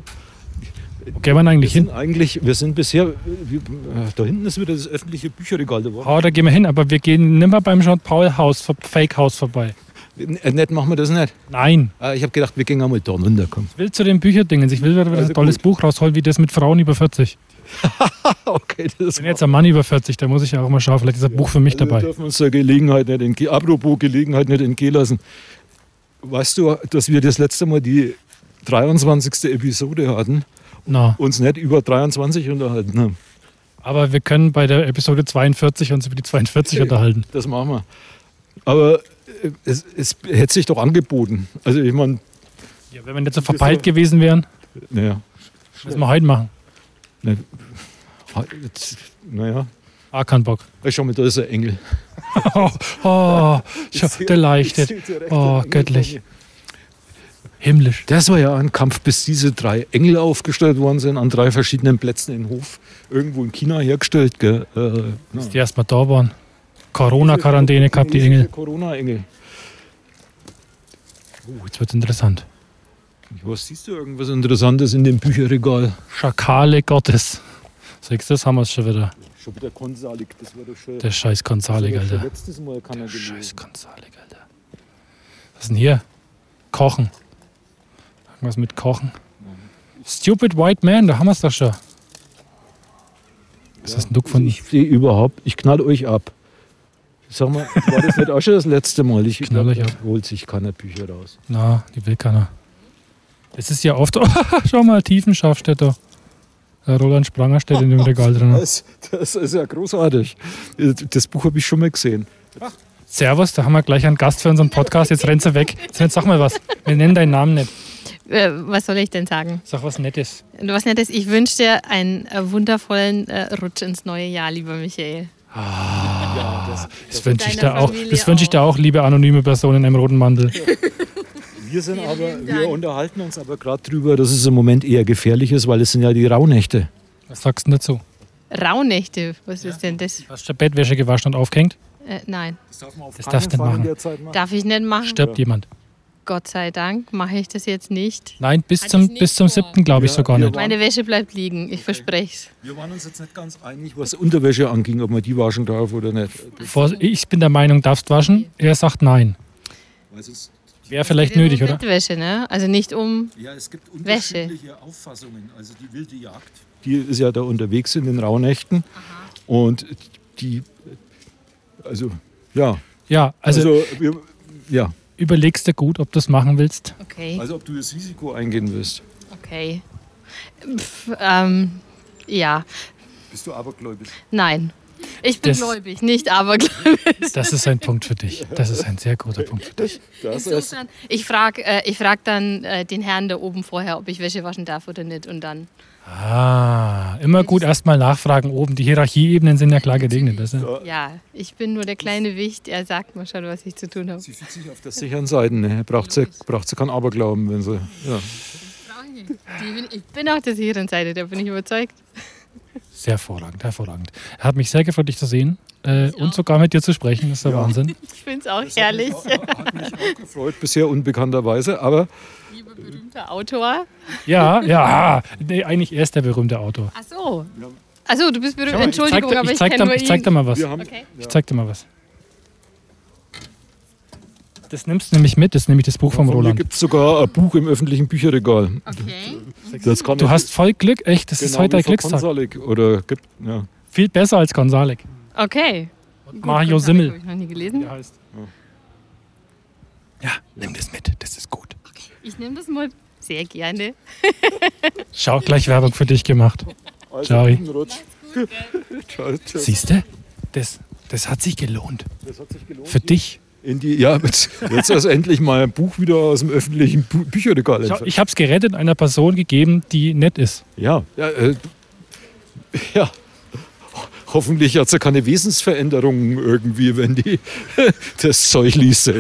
Speaker 2: Wo gehen wir denn
Speaker 3: wir
Speaker 2: eigentlich
Speaker 3: sind
Speaker 2: hin?
Speaker 3: eigentlich, wir sind bisher, äh, wir, äh, da hinten ist wieder das öffentliche Bücherregal. Da war,
Speaker 2: Oh, da gehen wir hin, aber wir gehen nimmer beim Jean-Paul-Haus, vor- Fake-Haus vorbei.
Speaker 3: äh, nett machen wir das nicht.
Speaker 2: Nein,
Speaker 3: Ah, ich habe gedacht, wir gehen einmal da runter. Komm.
Speaker 2: ich will zu den Bücherdingens. Ich will wieder
Speaker 3: Also
Speaker 2: ein tolles
Speaker 3: gut.
Speaker 2: Buch rausholen, wie das mit Frauen über 40.
Speaker 3: Okay, das
Speaker 2: Ich bin jetzt ein Mann über 40, da muss ich ja auch mal schauen, vielleicht ist ein Buch für mich
Speaker 3: Also Wir
Speaker 2: dabei.
Speaker 3: dürfen uns der Gelegenheit nicht entgehen, apropos Gelegenheit nicht entgehen lassen. Weißt du, dass wir das letzte Mal die 23. Episode hatten,
Speaker 2: Na,
Speaker 3: uns nicht über 23 unterhalten haben?
Speaker 2: aber wir können bei der Episode 42 uns über die 42 unterhalten.
Speaker 3: Das machen wir. Aber äh, es, es hätte sich doch angeboten. Also ich meine,
Speaker 2: Ja, wenn wir nicht so verpeilt gewesen wären,
Speaker 3: naja,
Speaker 2: müssen wir heute machen.
Speaker 3: halt, jetzt, naja,
Speaker 2: Ah, kein Bock.
Speaker 3: Ja, Schau mal, da ist ein Engel.
Speaker 2: Oh, oh ich hab,
Speaker 3: sehe-
Speaker 2: der leuchtet.
Speaker 3: ich sehe direkt den
Speaker 2: Oh,
Speaker 3: Engel vor
Speaker 2: göttlich.
Speaker 3: mir.
Speaker 2: Himmlisch.
Speaker 3: Das war ja ein Kampf, bis diese drei Engel aufgestellt worden sind, an drei verschiedenen Plätzen im Hof, irgendwo in China hergestellt. Gell? Äh, na.
Speaker 2: Die erstmal da waren. Corona-Quarantäne gehabt, die Engel.
Speaker 3: Corona-Engel.
Speaker 2: Oh, jetzt wird's interessant.
Speaker 3: Was siehst du irgendwas Interessantes in dem Bücherregal?
Speaker 2: Schakale Gottes. Siehst du, das haben wir schon wieder.
Speaker 3: Schon wieder Konsalik, das war doch schon.
Speaker 2: Der scheiß Konsalik, Alter.
Speaker 3: Letztes Mal kann er
Speaker 2: Scheiß Konsalik, Alter. Was ist denn hier? Kochen. Irgendwas mit Kochen. Stupid White Man, da haben wir es doch schon. Was ist das ein Duck von
Speaker 3: Also Ich stehe überhaupt, ich knall euch ab. Sag mal, war das nicht auch schon das letzte Mal? Ich
Speaker 2: Knall euch ab.
Speaker 3: Holt sich keiner Bücher raus.
Speaker 2: Na, die will keiner. Das ist ja oft. Oh, schau mal, Tiefenscharf steht da. Der Roland Spranger steht in dem Regal drin.
Speaker 3: Das, das ist ja großartig. Äh, Das Buch habe ich schon mal gesehen.
Speaker 2: Servus, da haben wir gleich einen Gast für unseren Podcast. Jetzt rennt sie weg. Jetzt sag mal was. Wir nennen deinen Namen nicht.
Speaker 4: Äh, was soll ich denn sagen?
Speaker 2: Sag was Nettes.
Speaker 4: Du was Nettes. Ich wünsche dir einen äh, wundervollen äh, Rutsch ins neue Jahr, lieber Michael.
Speaker 2: Das wünsche ich
Speaker 4: Deiner
Speaker 2: dir auch.
Speaker 4: Familie
Speaker 2: Das wünsche ich dir auch, liebe anonyme Personen im roten Mantel.
Speaker 3: Wir sind aber, wir
Speaker 4: Dank.
Speaker 3: unterhalten uns aber gerade drüber, dass es im Moment eher gefährlich ist, weil es sind ja die Rauhnächte.
Speaker 2: Was sagst du denn dazu?
Speaker 4: Rauhnächte, was ist denn das?
Speaker 2: Hast du Bettwäsche gewaschen und aufgehängt?
Speaker 4: Äh, nein,
Speaker 3: Das darf man auf
Speaker 2: Das darfst du nicht machen.
Speaker 4: darf ich nicht machen.
Speaker 2: Stirbt jemand?
Speaker 4: Gott sei Dank mache ich das jetzt nicht.
Speaker 2: Nein, bis
Speaker 4: Hat
Speaker 2: zum,
Speaker 4: es nicht
Speaker 2: bis zum
Speaker 4: vor.
Speaker 2: siebten glaube ich
Speaker 3: Ja,
Speaker 2: sogar
Speaker 3: wir
Speaker 2: nicht.
Speaker 3: waren-
Speaker 4: Meine Wäsche bleibt liegen, ich verspreche es.
Speaker 3: Wir waren uns jetzt nicht ganz einig, was Unterwäsche anging, ob man die waschen darf oder nicht.
Speaker 2: Vor- Ich bin der Meinung, darfst waschen. Er sagt nein.
Speaker 3: Weil es ist-
Speaker 2: Wäre vielleicht
Speaker 4: Also
Speaker 2: nötig, oder?
Speaker 4: Bettwäsche, ne? Also nicht um.
Speaker 3: Ja, es gibt
Speaker 4: Wäsche.
Speaker 3: Auffassungen. Also die wilde Jagd. Die ist ja da unterwegs in den Rauhnächten. Und die, also, ja.
Speaker 2: Ja, also,
Speaker 3: Also, wir, ja.
Speaker 2: überlegst du gut, ob du es machen willst.
Speaker 4: Okay,
Speaker 3: Also, ob du das Risiko eingehen willst.
Speaker 4: okay. Pff, ähm, ja,
Speaker 3: Bist du abergläubisch?
Speaker 4: nein. Ich bin
Speaker 2: Das-
Speaker 4: gläubig, nicht abergläubig.
Speaker 2: Das ist ein Punkt für dich. Das ist ein sehr guter Punkt für dich.
Speaker 3: Das ist,
Speaker 4: Insofern, ich frage äh, ich frag dann äh, den Herrn da oben vorher, ob ich Wäsche waschen darf oder nicht. Und dann.
Speaker 2: Ah, immer gut erstmal nachfragen oben. Die Hierarchieebenen sind ja klar geregnet. Das ist,
Speaker 4: Ja, ich bin nur der kleine Wicht, er sagt mir schon, was ich zu tun habe.
Speaker 3: sie fühlt sich auf der sicheren Seite. Ne? Braucht, sie, braucht sie keinen Aberglauben, wenn sie. Ja.
Speaker 4: Ich bin auf der sicheren Seite, da bin ich überzeugt.
Speaker 2: sehr hervorragend, hervorragend. Hat mich sehr gefreut, dich zu sehen äh, und sogar mit dir zu sprechen. Das ist der Wahnsinn.
Speaker 4: Ich finde es auch herrlich.
Speaker 3: Freud bisher unbekannterweise, aber
Speaker 4: Lieber berühmter Autor.
Speaker 2: Ja, ja. Nee, eigentlich er ist der berühmte Autor.
Speaker 4: Ach so. Ach so, du bist berühmt. Entschuldigung,
Speaker 2: ich zeig, dir- ich
Speaker 4: aber ich
Speaker 2: zeig,
Speaker 4: kenne
Speaker 2: dir,
Speaker 4: nur
Speaker 2: ich zeig dir
Speaker 4: ihn.
Speaker 2: mal was.
Speaker 3: wir haben.
Speaker 4: Okay.
Speaker 2: Ich zeig dir mal was. Das nimmst du nämlich mit, das ist nämlich das Buch vom
Speaker 3: Von mir
Speaker 2: Roland.
Speaker 3: gibt es sogar ein Buch im öffentlichen Bücherregal.
Speaker 4: Okay.
Speaker 3: Das kann
Speaker 2: Du
Speaker 3: ich-
Speaker 2: hast voll Glück, echt, das
Speaker 3: genau
Speaker 2: ist heute
Speaker 3: wie
Speaker 2: dein
Speaker 3: von
Speaker 2: Glückstag.
Speaker 3: Konsalik Oder gibt, ja.
Speaker 2: Viel besser als Gonzalek.
Speaker 4: Okay.
Speaker 2: Mario
Speaker 4: Gut, das hab
Speaker 2: Simmel.
Speaker 4: Ich, glaub ich, noch nie gelesen.
Speaker 2: heißt. Ja, nimm das mit, das ist gut.
Speaker 4: Ich nehme das mal sehr gerne.
Speaker 2: Schau, gleich Werbung für dich gemacht.
Speaker 3: Also,
Speaker 2: Ciao.
Speaker 3: guten Rutsch. Ciao, ciao.
Speaker 2: Siehst du? Das, das hat sich gelohnt.
Speaker 3: Das hat sich gelohnt.
Speaker 2: Für dich.
Speaker 3: In die, ja, jetzt, jetzt ist endlich mal ein Buch wieder aus dem öffentlichen Bu Bücherregal.
Speaker 2: Schau, ich habe es gerettet einer Person gegeben, die nett ist.
Speaker 3: ja, ja, äh, ja. Ho- Hoffentlich hat sie keine Wesensveränderungen irgendwie, wenn die das Zeug liest.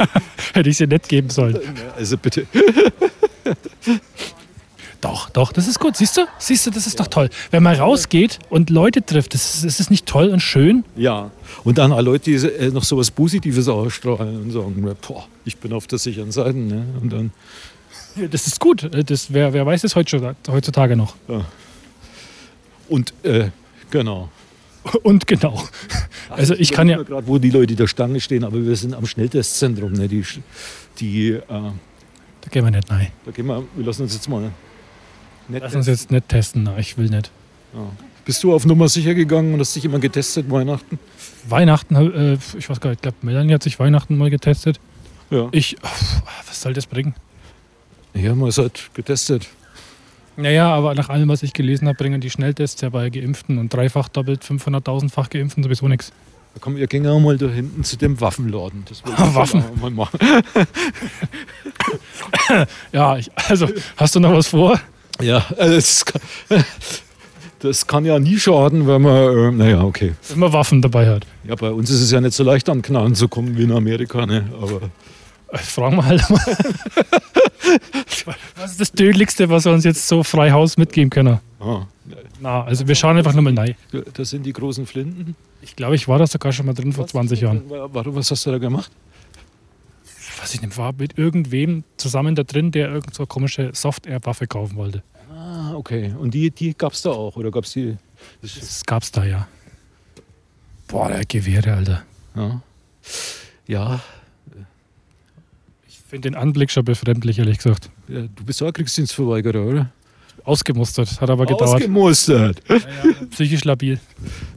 Speaker 2: Hätte ich sie nett geben sollen.
Speaker 3: Also bitte.
Speaker 2: Doch, doch, das ist gut. Siehst du? Siehst du, das ist doch toll. Wenn man rausgeht und Leute trifft, das ist, ist das nicht toll und schön?
Speaker 3: Ja. Und dann alle Leute, die äh, noch so was Positives ausstrahlen und sagen, boah, ich bin auf der sicheren Seite. Ne? Und dann,
Speaker 2: Das ist gut. Das, wer, wer weiß das heutz- heutzutage noch?
Speaker 3: und äh, genau.
Speaker 2: Und genau. Also ich kann ja.
Speaker 3: überlege gerade, wo die Leute der Stange stehen, aber wir sind am Schnelltestzentrum. Ne? Die, Sch- die, äh, da
Speaker 2: Da gehen wir nicht rein.
Speaker 3: gehen wir, wir lassen uns jetzt mal. ne? Nett
Speaker 2: Lass uns jetzt nicht testen. Na, ich will nicht.
Speaker 3: Bist du auf Nummer sicher gegangen und hast dich immer getestet Weihnachten?
Speaker 2: Weihnachten, äh, ich weiß gar nicht, ich glaube, Melanie hat sich Weihnachten mal getestet.
Speaker 3: Ja.
Speaker 2: Ich, pff, was soll das bringen?
Speaker 3: Ja, man ist halt getestet.
Speaker 2: Naja, aber nach allem, was ich gelesen habe, bringen die Schnelltests ja bei Geimpften und dreifach, doppelt, 500.000-fach Geimpften sowieso nichts.
Speaker 3: Da kommen wir gehen auch mal da hinten zu dem Waffenladen. Das wollte ich
Speaker 2: Waffen.
Speaker 3: auch mal machen.
Speaker 2: Ja, ich, also, hast du noch was vor?
Speaker 3: Ja, äh, es ist, Das kann ja nie schaden, wenn man, äh, naja, okay.
Speaker 2: Wenn man Waffen dabei halt. hat.
Speaker 3: Ja, bei uns ist es ja nicht so leicht, an Knarren zu kommen wie in Amerika, ne? Aber
Speaker 2: Äh, Fragen wir halt mal. was ist das Tödlichste, was wir uns jetzt so frei Haus mitgeben können?
Speaker 3: ah,
Speaker 2: Na, also wir schauen einfach nochmal rein.
Speaker 3: das sind die großen Flinten.
Speaker 2: Ich glaube, ich war da sogar schon mal drin vor 20 Jahren.
Speaker 3: Warum, was hast du da gemacht?
Speaker 2: Was ich nicht war, mit irgendwem zusammen da drin, der irgend so eine komische Soft-Air-Waffe kaufen wollte.
Speaker 3: Ah, okay. Und die, die gab es da auch, oder gab es die? Das ist,
Speaker 2: Das gab's da ja. Boah, der Gewehre, Alter.
Speaker 3: ja. ja,
Speaker 2: Ich finde den Anblick schon befremdlich, ehrlich gesagt.
Speaker 3: Ja, du bist auch Kriegsdienstverweigerer, oder?
Speaker 2: Ausgemustert, hat aber gedauert.
Speaker 3: Ausgemustert.
Speaker 2: Psychisch labil.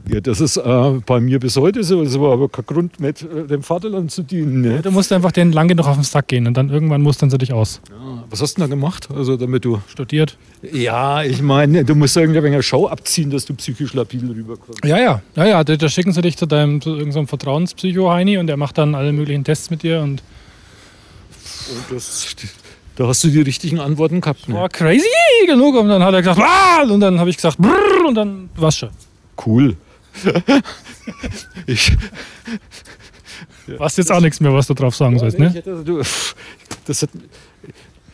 Speaker 3: Ja, das ist äh, bei mir bis heute so. Es war aber kein Grund, nicht äh, dem Vaterland zu dienen. Ne?
Speaker 2: Du musst einfach den lange noch auf den Sack gehen und dann irgendwann mustern sie dich aus.
Speaker 3: Ja, Was hast du denn da gemacht? Also damit du.
Speaker 2: Studiert.
Speaker 3: Ja, ich meine, du musst irgendwie eine Schau abziehen, dass du psychisch labil rüberkommst.
Speaker 2: Ja, ja, ja, ja. Da, da schicken sie dich zu deinem zu irgendeinem Vertrauenspsycho-Heini und der macht dann alle möglichen Tests mit dir und.
Speaker 3: Und das, da hast du die richtigen Antworten gehabt. Ne?
Speaker 2: War crazy genug. Und dann hat er gesagt, "Wah!" und dann habe ich gesagt, Brrr! und dann war's schon.
Speaker 3: Cool. ich,
Speaker 2: Warst jetzt auch nichts mehr, was du drauf sagen sollst,
Speaker 3: Ich
Speaker 2: ne?
Speaker 3: hätte, also, du, pff, das hat,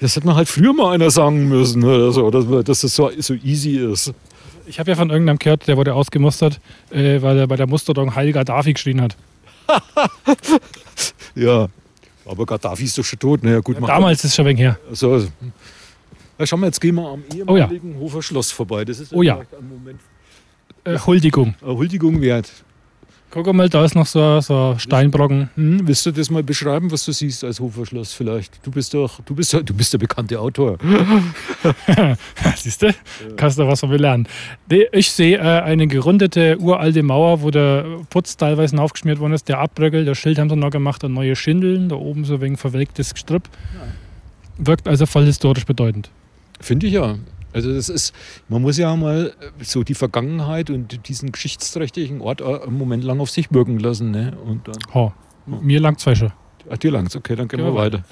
Speaker 3: das hätte man halt früher mal einer sagen müssen, oder so, dass, man- dass das so, so easy ist.
Speaker 2: Ich habe ja von irgendeinem gehört, der wurde ausgemustert, äh, weil er bei der Musterung Heil Gaddafi geschrien hat.
Speaker 3: Ja. Aber Gaddafi ist doch schon tot. Naja, gut, mach-
Speaker 2: Damals ist schon wegen her.
Speaker 3: So, also. Na, schau mal, jetzt gehen wir am
Speaker 2: Oh ja.
Speaker 3: ehemaligen Hofer Schloss vorbei. Das ist
Speaker 2: Oh ja.
Speaker 3: vielleicht ein Moment
Speaker 2: Äh, Huldigung.
Speaker 3: eine Huldigung wert.
Speaker 2: Guck mal, da ist noch so, so ein Steinbrocken.
Speaker 3: Hm, willst du das mal beschreiben, was du siehst als Hofer Schloss vielleicht? Du bist doch, du bist, doch- du bist der bekannte Autor.
Speaker 2: Siehst du? Kannst du was von mir lernen. Nee, Ich sehe äh, eine gerundete, uralte Mauer, wo der Putz teilweise aufgeschmiert worden ist, der Abbröckel, das Schild haben sie noch gemacht und neue Schindeln, da oben so wegen verwelktes Gestrüpp. Wirkt also voll historisch bedeutend.
Speaker 3: Finde ich ja. Also das ist, man muss ja mal äh, so die Vergangenheit und diesen geschichtsträchtigen Ort äh, einen Moment lang auf sich wirken lassen. Ne? Und dann,
Speaker 2: Ho, mir langt zwei schon.
Speaker 3: ach, dir lang's, okay, dann gehen
Speaker 2: Gehen
Speaker 3: wir
Speaker 2: wir
Speaker 3: weiter.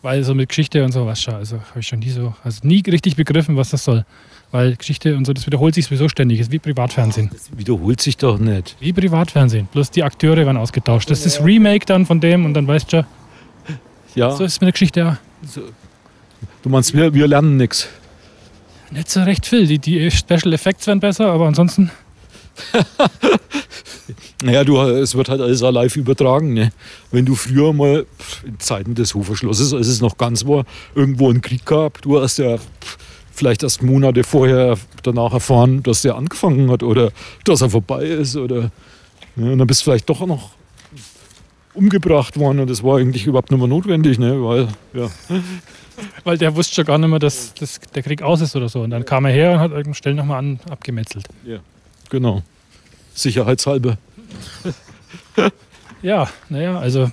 Speaker 2: Weil so mit Geschichte und sowas schon, also habe ich schon nie so, also nie richtig begriffen, was das soll. Weil Geschichte und so, das wiederholt sich sowieso ständig, ist wie Privatfernsehen.
Speaker 3: Das wiederholt sich doch nicht.
Speaker 2: Wie Privatfernsehen, bloß die Akteure werden ausgetauscht. Das ist das Remake dann von dem und dann weißt du,
Speaker 3: Ja,
Speaker 2: schon, so ist mit der Geschichte auch.
Speaker 3: du meinst, wir, wir lernen nichts.
Speaker 2: Nicht so recht viel. Die, die Special Effects werden besser, aber ansonsten.
Speaker 3: Naja, du, es wird halt alles auch live übertragen. Ne? Wenn du früher mal pf, in Zeiten des Hoferschlosses, als es noch ganz war, irgendwo einen Krieg gab, du hast ja pf, vielleicht erst Monate vorher danach erfahren, dass der angefangen hat oder dass er vorbei ist. Oder, ne? Und dann bist du vielleicht doch noch umgebracht worden und das war eigentlich überhaupt nicht mehr notwendig, ne? weil ja,
Speaker 2: Weil der wusste schon gar nicht mehr, dass, dass der Krieg aus ist oder so. Und dann kam er her und hat irgendeinen Stellen nochmal an, abgemetzelt.
Speaker 3: genau. Sicherheitshalber.
Speaker 2: Ja, naja, also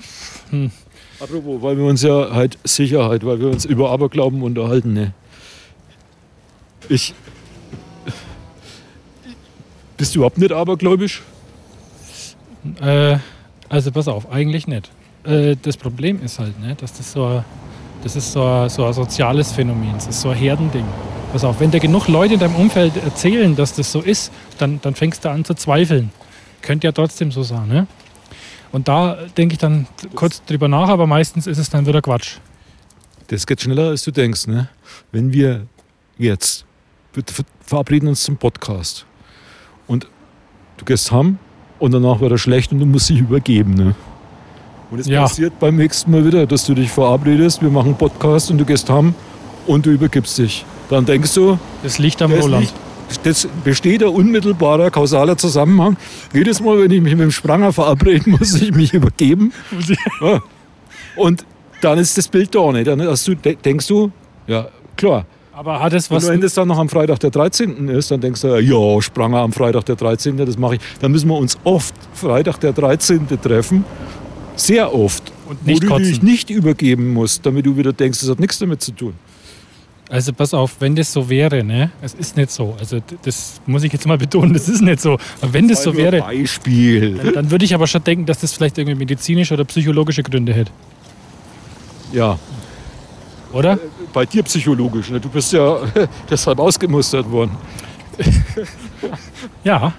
Speaker 3: Apropos, weil wir uns ja halt Sicherheit, weil wir uns über Aberglauben unterhalten, ne? Ich. Bist du überhaupt nicht abergläubisch?
Speaker 2: Äh, also pass auf, eigentlich nicht. Äh, das Problem ist halt, ne, dass das so ein, das ist so ein, so ein soziales Phänomen, das ist so ein Herdending. Pass auf, wenn dir genug Leute in deinem Umfeld erzählen, dass das so ist, dann, dann fängst du an zu zweifeln. Könnte ja trotzdem so sein, ne? Und da denke ich dann kurz drüber nach, aber meistens ist es dann wieder Quatsch.
Speaker 3: Das geht schneller, als du denkst, ne? Wenn wir jetzt wir ver- verabreden uns zum Podcast und du gehst heim und danach wird er schlecht und du musst dich übergeben, ne? Und es
Speaker 2: Ja.
Speaker 3: passiert beim nächsten Mal wieder, dass du dich verabredest, wir machen Podcast und du gehst heim und du übergibst dich. Dann denkst du,
Speaker 2: Das liegt am
Speaker 3: Da ist
Speaker 2: Roland.
Speaker 3: nicht- Das besteht ein unmittelbarer kausaler Zusammenhang. Jedes Mal, wenn ich mich mit dem Spranger verabrede, muss ich mich übergeben. Ja. Und dann ist das Bild da nicht. Dann hast du, de- denkst du, ja, klar.
Speaker 2: Aber hat es
Speaker 3: Was
Speaker 2: was.
Speaker 3: und wenn das dann noch am Freitag der 13. ist, dann denkst du, ja, Spranger am Freitag der 13., das mache ich. Dann müssen wir uns oft Freitag der 13. treffen. Sehr oft.
Speaker 2: Und nicht
Speaker 3: wo du dich
Speaker 2: kotzen.
Speaker 3: nicht übergeben musst, damit du wieder denkst, das hat nichts damit zu tun.
Speaker 2: Also pass auf, wenn das so wäre, ne? Es ist nicht so. Also d- das muss ich jetzt mal betonen, das ist nicht so. Aber wenn das so
Speaker 3: Nur
Speaker 2: wäre.
Speaker 3: Beispiel.
Speaker 2: Dann würde ich aber schon denken, dass das vielleicht irgendwie medizinische oder psychologische Gründe hätte,
Speaker 3: Ja,
Speaker 2: oder?
Speaker 3: bei dir psychologisch. Ne? Du bist ja deshalb ausgemustert worden.
Speaker 2: Ja.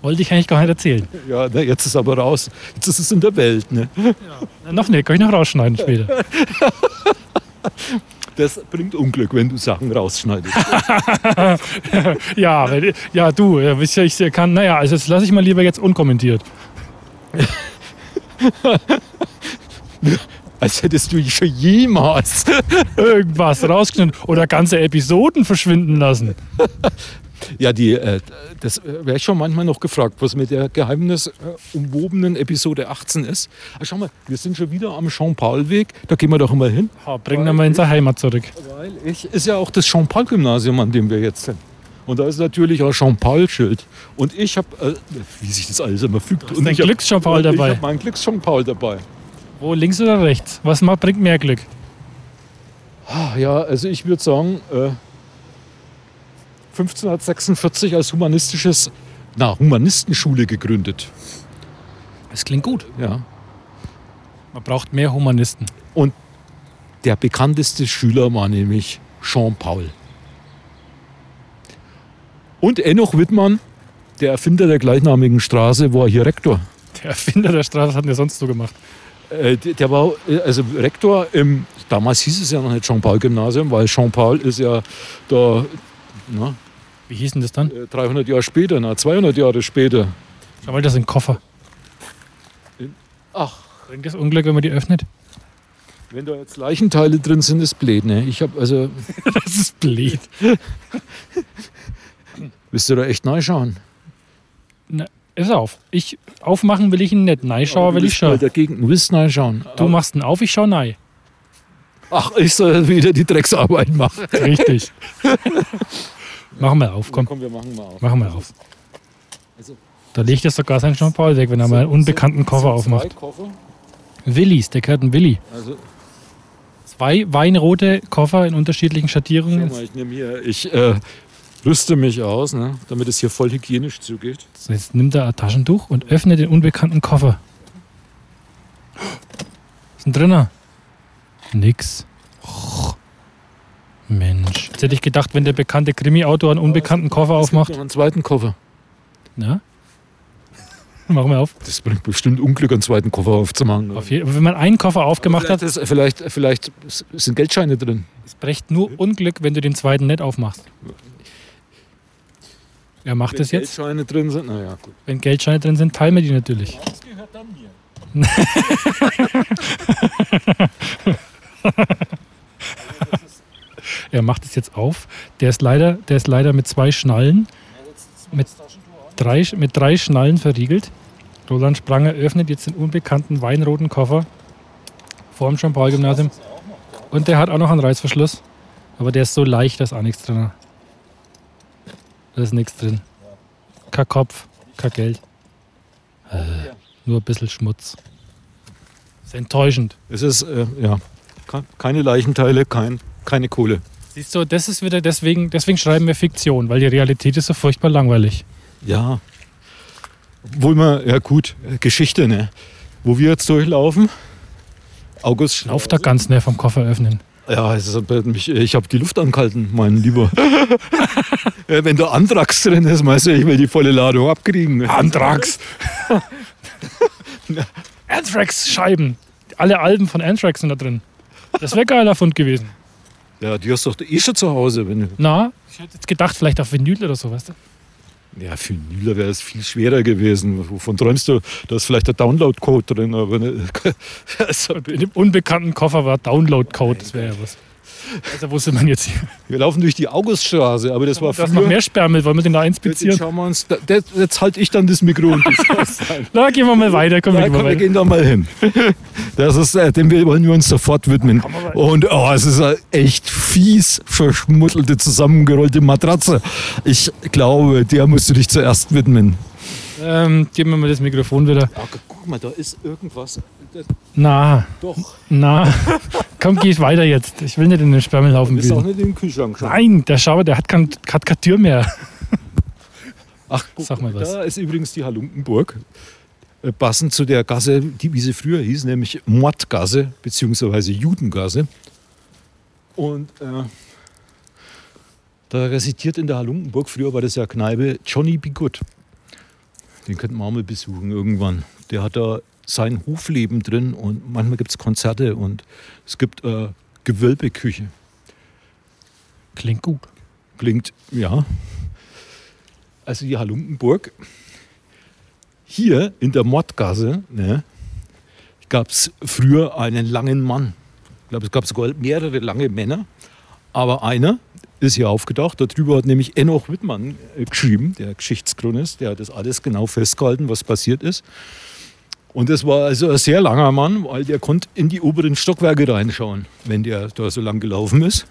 Speaker 2: Wollte ich eigentlich gar nicht erzählen.
Speaker 3: Ja, na, jetzt ist aber raus. Jetzt ist es in der Welt. Ne?
Speaker 2: Na, noch nicht, kann ich noch rausschneiden später.
Speaker 3: Das bringt Unglück, wenn du Sachen rausschneidest.
Speaker 2: Ja, weil, ja du, ja, wisst ihr, ich kann, naja, also das lasse ich mal lieber jetzt unkommentiert.
Speaker 3: Als hättest du schon jemals.
Speaker 2: Irgendwas rausgeschnitten oder ganze Episoden verschwinden lassen.
Speaker 3: Ja, die, äh, das wäre ich schon manchmal noch gefragt, was mit der geheimnisumwobenen Episode 18 ist. Ah, schau mal, wir sind schon wieder am Jean-Paul-Weg. Da gehen wir doch immer hin.
Speaker 2: Ha, bringen wir mal in seine Heimat zurück.
Speaker 3: Weil ich ist ja auch das Jean-Paul-Gymnasium, an dem wir jetzt sind. Und da ist natürlich auch Jean-Paul-Schild. Und ich habe, äh, wie sich das alles immer fügt. Und
Speaker 2: dein
Speaker 3: ich hab-
Speaker 2: Glücks-Jean-Paul
Speaker 3: und
Speaker 2: dabei.
Speaker 3: Ich habe meinen Glücks-Jean-Paul dabei.
Speaker 2: Wo, links oder rechts? Was macht, bringt mehr Glück?
Speaker 3: Ah, Ja, also ich würde sagen, äh, 1546 als humanistisches, na, Humanistenschule gegründet.
Speaker 2: Das klingt gut.
Speaker 3: Ja.
Speaker 2: Man braucht mehr Humanisten.
Speaker 3: Und der bekannteste Schüler war nämlich Jean-Paul. Und Enoch Wittmann, der Erfinder der gleichnamigen Straße, war hier Rektor.
Speaker 2: Der Erfinder der Straße hat mir sonst so gemacht.
Speaker 3: Äh, der der war äh, also Rektor im, damals hieß es ja noch nicht Jean-Paul-Gymnasium, weil Jean-Paul ist ja da na,
Speaker 2: Wie hieß denn das dann?
Speaker 3: äh, 300 Jahre später, na, 200 Jahre später.
Speaker 2: Schau mal, das ist ein Koffer.
Speaker 3: Ach,
Speaker 2: Bringt das Unglück, wenn man die öffnet?
Speaker 3: wenn da jetzt Leichenteile drin sind, ist blöd, ne? Ich habe also,
Speaker 2: Das ist blöd.
Speaker 3: müsst ihr da echt reinschauen.
Speaker 2: Na, ist auf. Ich aufmachen will ich ihn nicht. Nein, schau, will ich
Speaker 3: schauen.
Speaker 2: schon.
Speaker 3: Dagegen, du willst reinschauen.
Speaker 2: Du machst ihn auf, ich schau nein.
Speaker 3: Ach, ich soll wieder die Drecksarbeit machen.
Speaker 2: Richtig. machen wir auf, komm.
Speaker 3: wir machen mal auf.
Speaker 2: Machen wir auf.
Speaker 3: Also-
Speaker 2: Da legt er sogar seinen Jean-Paul weg, wenn er mal einen unbekannten Koffer aufmacht.
Speaker 3: Koffer.
Speaker 2: Willis, der gehört ein Willi.
Speaker 3: Also,
Speaker 2: Zwei weinrote Koffer in unterschiedlichen
Speaker 3: schau
Speaker 2: Schattierungen.
Speaker 3: mal, ich nehme hier, ich äh, rüste mich aus, ne, damit es hier voll hygienisch zugeht.
Speaker 2: So, jetzt nimmt er ein Taschentuch und öffnet den unbekannten Koffer. Was ist denn drinne? Nix. Och. Mensch. Jetzt hätte ich gedacht, wenn der bekannte Krimi-Autor einen unbekannten Koffer
Speaker 3: Es gibt
Speaker 2: aufmacht.
Speaker 3: noch einen zweiten Koffer.
Speaker 2: Na? Machen wir auf.
Speaker 3: Das bringt bestimmt Unglück, einen zweiten Koffer aufzumachen.
Speaker 2: auf jeden, wenn man einen Koffer aufgemacht hat,
Speaker 3: vielleicht, ist, vielleicht, vielleicht sind Geldscheine drin.
Speaker 2: es bricht nur Unglück, wenn du den zweiten nicht aufmachst. Er macht es jetzt.
Speaker 3: Geldscheine drin sind, naja, gut.
Speaker 2: Wenn Geldscheine drin sind, teilen wir die natürlich.
Speaker 3: Das gehört dann mir.
Speaker 2: Er macht es jetzt auf. Der ist leider, der ist leider mit zwei Schnallen, mit drei, mit drei Schnallen verriegelt. Roland Spranger öffnet jetzt den unbekannten weinroten Koffer vorm Jean-Paul-Gymnasium. Und der hat auch noch einen Reißverschluss. Aber der ist so leicht, da ist auch nichts drin. ist. Da ist nichts drin. Kein Kopf, kein Geld. Äh, nur ein bisschen Schmutz. ist enttäuschend.
Speaker 3: Es ist, äh, ja, ke- keine Leichenteile, kein, keine Kohle.
Speaker 2: Siehst du, das ist wieder deswegen, deswegen schreiben wir Fiktion, weil die Realität ist so furchtbar langweilig.
Speaker 3: Ja. Obwohl man, ja gut, äh, Geschichte, ne? Wo wir jetzt durchlaufen, August
Speaker 2: Lauf
Speaker 3: Schnauft.
Speaker 2: da ganz näher vom Koffer öffnen.
Speaker 3: Ja, es ist, mich- ich habe die Luft angehalten, mein Lieber. Ja, Wenn da Antrax drin ist, meinst du, ich will die volle Ladung abkriegen. ne? Antrax?
Speaker 2: Anthrax-Scheiben. Alle Alben von Anthrax sind da drin. Das wäre geiler Fund gewesen.
Speaker 3: Ja, die hast du doch eh schon zu Hause. Wenn du
Speaker 2: Na, ich hätte jetzt gedacht, vielleicht auf Vinyl oder so, weißt du?
Speaker 3: ja, für einen Nüler wäre es viel schwerer gewesen. Wovon träumst du? Da ist vielleicht der Download-Code drin. Aber ne, also,
Speaker 2: In dem unbekannten Koffer war Download-Code, das wäre ja was. Also wusste man jetzt hier.
Speaker 3: wir laufen durch die Auguststraße, aber das war
Speaker 2: Da ist noch
Speaker 3: früher.
Speaker 2: mehr Sperrmüll, wollen wir den da
Speaker 3: Jetzt, jetzt
Speaker 2: inspizieren?
Speaker 3: schauen wir uns, da, jetzt, jetzt halte ich dann das Mikro und das
Speaker 2: Na, gehen wir mal weiter, komm, wir
Speaker 3: Ja,
Speaker 2: gehen mal
Speaker 3: komm, wir
Speaker 2: weiter.
Speaker 3: gehen da mal hin. Das ist, äh, dem wollen wir uns sofort widmen. Und oh, es ist eine echt fies verschmuttelte, zusammengerollte Matratze. Ich glaube, der musst du dich zuerst widmen.
Speaker 2: Ähm, geben wir mal das Mikrofon wieder.
Speaker 3: guck mal, da ist irgendwas.
Speaker 2: Na,
Speaker 3: doch,
Speaker 2: na. Komm, geh weiter jetzt. Ich will nicht in den Sperrmüllhaufen
Speaker 3: ist auch
Speaker 2: wühlen.
Speaker 3: nicht im Kühlschrank.
Speaker 2: Nein, der Schauer, der hat, kein, hat keine Tür mehr.
Speaker 3: Ach, guck,
Speaker 2: Sag mal was.
Speaker 3: Da ist übrigens die Halunkenburg. Äh, Passend zu der Gasse, die, wie sie früher hieß, nämlich Mordgasse bzw. Judengasse. Und äh, Da residiert in der Halunkenburg, früher war das ja Kneipe, Johnny B. Good. Den könnten wir auch mal besuchen irgendwann. Der hat da sein Hofleben drin und manchmal gibt es Konzerte und es gibt äh, Gewölbeküche.
Speaker 2: Klingt gut.
Speaker 3: Klingt, ja. Also die Halunkenburg, hier in der Mordgasse, ne, gab es früher einen langen Mann. Ich glaube, es gab sogar mehrere lange Männer. Aber einer ist hier aufgedacht. Darüber hat nämlich Enoch Wittmann äh, geschrieben, der Geschichtschronist. Der hat das alles genau festgehalten, was passiert ist. Und das war also ein sehr langer Mann, weil der konnte in die oberen Stockwerke reinschauen, wenn der da so lang gelaufen ist.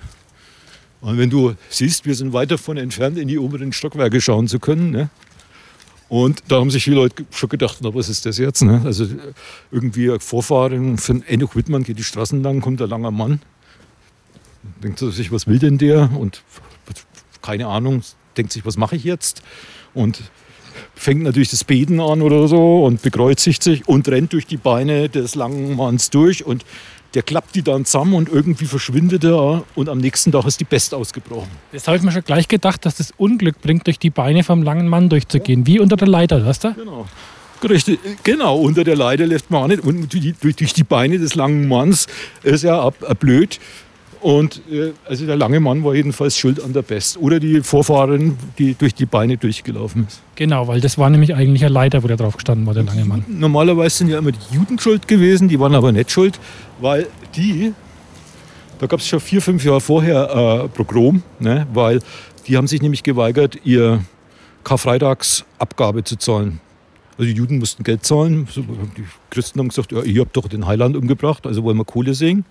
Speaker 3: Und wenn du siehst, wir sind weit davon entfernt, in die oberen Stockwerke schauen zu können. Ne? Und da haben sich viele Leute schon gedacht, na, was ist das jetzt? Ne? Also äh, irgendwie ein Vorfahren von Enoch Wittmann geht die Straßen lang, kommt ein langer Mann. Denkt er sich, was will denn der? Und keine Ahnung, denkt sich, was mache ich jetzt? Und fängt natürlich das Beten an oder so und bekreuzigt sich und rennt durch die Beine des langen Manns durch und der klappt die dann zusammen und irgendwie verschwindet er und am nächsten Tag ist die Pest ausgebrochen.
Speaker 2: Das habe ich mir schon gleich gedacht, dass das Unglück bringt, durch die Beine vom langen Mann durchzugehen. Wie unter der Leiter, weißt du?
Speaker 3: Genau. Richtig, genau, unter der Leiter läuft man auch nicht. Und durch die, durch- durch die Beine des langen Manns ist er ab, ab blöd. Und äh, also der lange Mann war jedenfalls schuld an der Pest. Oder die Vorfahren, die durch die Beine durchgelaufen ist.
Speaker 2: Genau, weil das war nämlich eigentlich ein Leiter, wo der drauf gestanden war, der lange Mann.
Speaker 3: Normalerweise sind ja immer die Juden schuld gewesen, die waren aber nicht schuld, weil die, da gab es schon vier, fünf Jahre vorher äh, Pogrom, ne, weil die haben sich nämlich geweigert, ihr Karfreitagsabgabe zu zahlen. Also die Juden mussten Geld zahlen, So, die Christen haben gesagt, ja, ihr habt doch den Heiland umgebracht, also wollen wir Kohle sehen.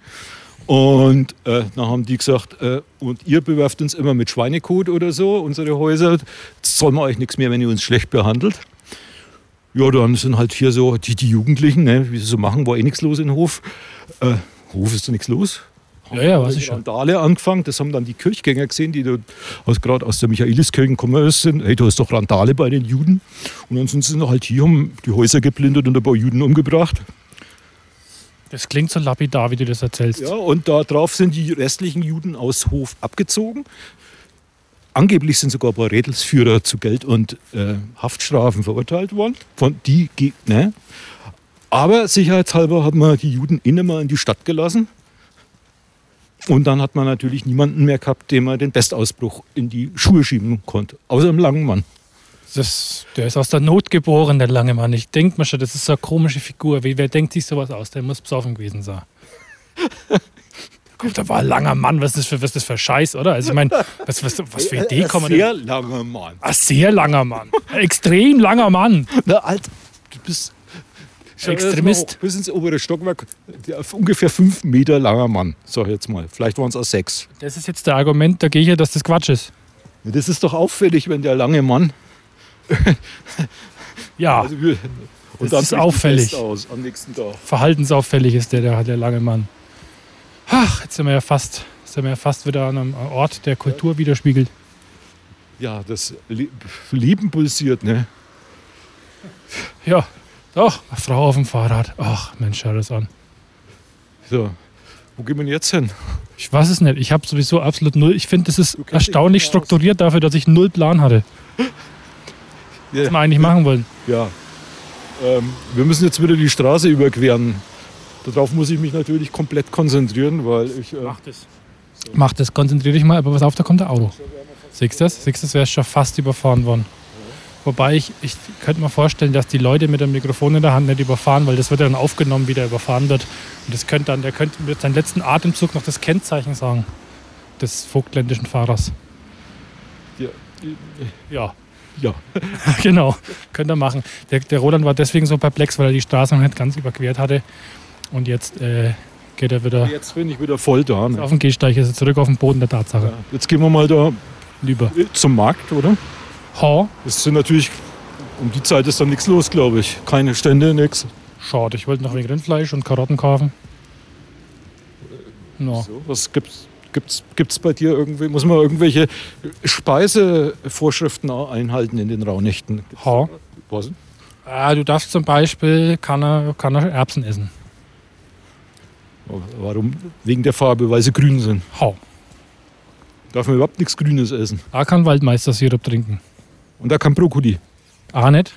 Speaker 3: Und äh, dann haben die gesagt, äh, und ihr bewerft uns immer mit Schweinekot oder so, unsere Häuser, jetzt zahlen wir euch nichts mehr, wenn ihr uns schlecht behandelt. Ja, dann sind halt hier so die, die Jugendlichen, ne, wie sie so machen, war eh nichts los in Hof. Äh, Hof ist da nichts los. Also
Speaker 2: Ja, ja, weiß
Speaker 3: Die
Speaker 2: ich schon.
Speaker 3: Randale angefangen, das haben dann die Kirchgänger gesehen, die da aus, gerade aus der Michaeliskirche gekommen sind. Hey, du hast doch Randale bei den Juden. Und dann sind sie halt hier, haben die Häuser geplündert und ein paar Juden umgebracht.
Speaker 2: Das klingt so lapidar, wie du das erzählst.
Speaker 3: Ja, und darauf sind die restlichen Juden aus Hof abgezogen. Angeblich sind sogar ein paar Rädelsführer zu Geld und äh, Haftstrafen verurteilt worden. Von die ge- ne? Aber sicherheitshalber hat man die Juden innen mal in die Stadt gelassen. Und dann hat man natürlich niemanden mehr gehabt, dem man den Pestausbruch in die Schuhe schieben konnte. Außer dem langen Mann.
Speaker 2: Das, der ist aus der Not geboren, der lange Mann. Ich denke mir schon, das ist so eine komische Figur. Wie, wer denkt sich sowas aus? Der muss besoffen gewesen sein. Guck, da war ein langer Mann. Was ist das für, was ist das für Scheiß, oder? Also ich meine, was, was, was für Idee kommen
Speaker 3: Äh, Sehr langer Mann.
Speaker 2: Ein sehr langer Mann. Ein extrem langer Mann.
Speaker 3: Na, alt, du bist. Schau dir das
Speaker 2: Extremist.
Speaker 3: mal hoch, Bis ins obere Stockwerk. Der auf ungefähr fünf Meter langer Mann, sag ich jetzt mal. Vielleicht waren es auch sechs.
Speaker 2: Das ist jetzt der Argument dagegen, dass das Quatsch ist.
Speaker 3: Das ist doch auffällig, wenn der lange Mann.
Speaker 2: Ja,
Speaker 3: Also wir,
Speaker 2: das ist auffällig.
Speaker 3: bricht die Pest Aus, am nächsten Tag.
Speaker 2: verhaltensauffällig ist der, der, der lange Mann. Ach, jetzt sind wir ja fast, sind wir ja fast wieder an einem Ort, der Kultur widerspiegelt.
Speaker 3: Ja, das Le- Leben pulsiert, ne?
Speaker 2: Ja, doch, eine Frau auf dem Fahrrad. Ach, Mensch, schau das an.
Speaker 3: So. Wo gehen wir denn jetzt hin?
Speaker 2: Ich weiß es nicht. Ich habe sowieso absolut null. Ich finde, das ist
Speaker 3: kennst dich
Speaker 2: erstaunlich
Speaker 3: nicht mehr aus.
Speaker 2: strukturiert dafür, dass ich null Plan hatte, was wir
Speaker 3: Ja.
Speaker 2: eigentlich machen wollen.
Speaker 3: ja. Ähm, wir müssen jetzt wieder die Straße überqueren. Darauf muss ich mich natürlich komplett konzentrieren, weil ich. Äh,
Speaker 2: das. Mach das, konzentriere dich mal, aber pass auf, da kommt der Auto. Siehst du das? Siehst du das? Wäre schon fast überfahren worden. Wobei ich, ich könnte mir vorstellen, dass die Leute mit dem Mikrofon in der Hand nicht überfahren, weil das wird ja dann aufgenommen, wie der überfahren wird. Und das könnte dann, der könnte mit seinem letzten Atemzug noch das Kennzeichen sagen, des vogtländischen Fahrers.
Speaker 3: ja,
Speaker 2: Ja,
Speaker 3: äh, ja.
Speaker 2: genau, könnt ihr machen. Der, der Roland war deswegen so perplex, weil er die Straße noch nicht ganz überquert hatte. Und jetzt äh, geht er wieder
Speaker 3: Jetzt bin ich wieder voll da. Ne?
Speaker 2: auf den Gehsteig, ist er zurück auf den Boden der Tatsache.
Speaker 3: Jetzt gehen wir mal da
Speaker 2: Lieber.
Speaker 3: zum Markt, oder?
Speaker 2: Ha,
Speaker 3: Es sind natürlich, um die Zeit ist dann nichts los, glaube ich. Keine Stände, nichts.
Speaker 2: Schade, ich wollte noch wegen Rindfleisch und Karotten kaufen. No.
Speaker 3: So, was gibt's? Gibt's, gibt's bei dir irgendwie, muss man irgendwelche Speisevorschriften auch einhalten in den Raunächten?
Speaker 2: Ha.
Speaker 3: Was? denn?
Speaker 2: Ah, du darfst zum Beispiel kann er, kann er Erbsen essen.
Speaker 3: Warum? Wegen der Farbe, weil sie grün sind.
Speaker 2: Hau.
Speaker 3: Darf man überhaupt nichts Grünes essen.
Speaker 2: A Ah, kann Waldmeistersirup trinken.
Speaker 3: Und da kann Brokkoli.
Speaker 2: A nicht.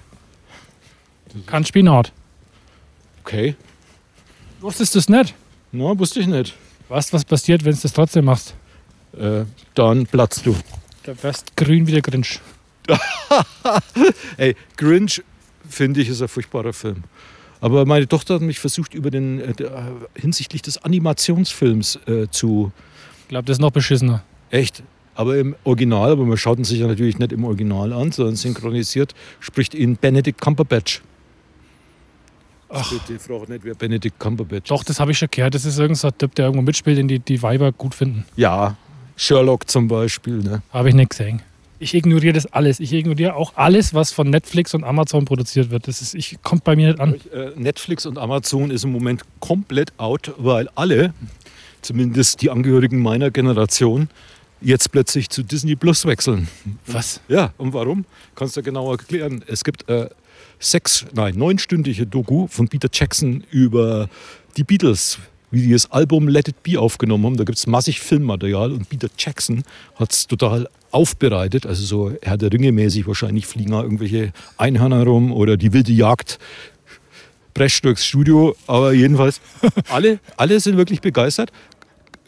Speaker 2: Kann Spinat.
Speaker 3: Okay.
Speaker 2: Wusstest du es nicht?
Speaker 3: Na, wusste ich nicht.
Speaker 2: Weißt was passiert, wenn du das trotzdem machst?
Speaker 3: Äh, dann platzt du.
Speaker 2: Da wirst grün wie der Grinch.
Speaker 3: Ey, Grinch, finde ich, ist ein furchtbarer Film. Aber meine Tochter hat mich versucht, über den, äh, der- hinsichtlich des Animationsfilms äh, zu.
Speaker 2: Ich glaube, das ist noch beschissener.
Speaker 3: Echt? Aber im Original, aber man schaut ihn sich ja natürlich nicht im Original an, sondern synchronisiert, spricht ihn Benedict Cumberbatch. Ach. Bitte frag nicht, wer Benedict Cumberbatch
Speaker 2: Doch, das habe ich schon gehört. Das ist irgendein so ein Typ, der irgendwo mitspielt, den die, die Weiber gut finden.
Speaker 3: Ja, Sherlock zum Beispiel. Ne?
Speaker 2: Habe ich nicht gesehen. Ich ignoriere das alles. Ich ignoriere auch alles, was von Netflix und Amazon produziert wird. Das ist, ich, kommt bei mir nicht an.
Speaker 3: Äh, Netflix und Amazon ist im Moment komplett out, weil alle, zumindest die Angehörigen meiner Generation, jetzt plötzlich zu Disney Plus wechseln.
Speaker 2: Was?
Speaker 3: Ja, und warum? Kannst du genauer erklären. Es gibt äh, sechs, nein, neunstündige Doku von Peter Jackson über die Beatles, wie die das Album Let It Be aufgenommen haben. Da gibt es massig Filmmaterial und Peter Jackson hat es total aufbereitet. Also so Herr der Ringe mäßig wahrscheinlich fliegen da irgendwelche Einhörner rum oder die wilde Jagd. Prescht durchs Studio, aber jedenfalls, alle, alle sind wirklich begeistert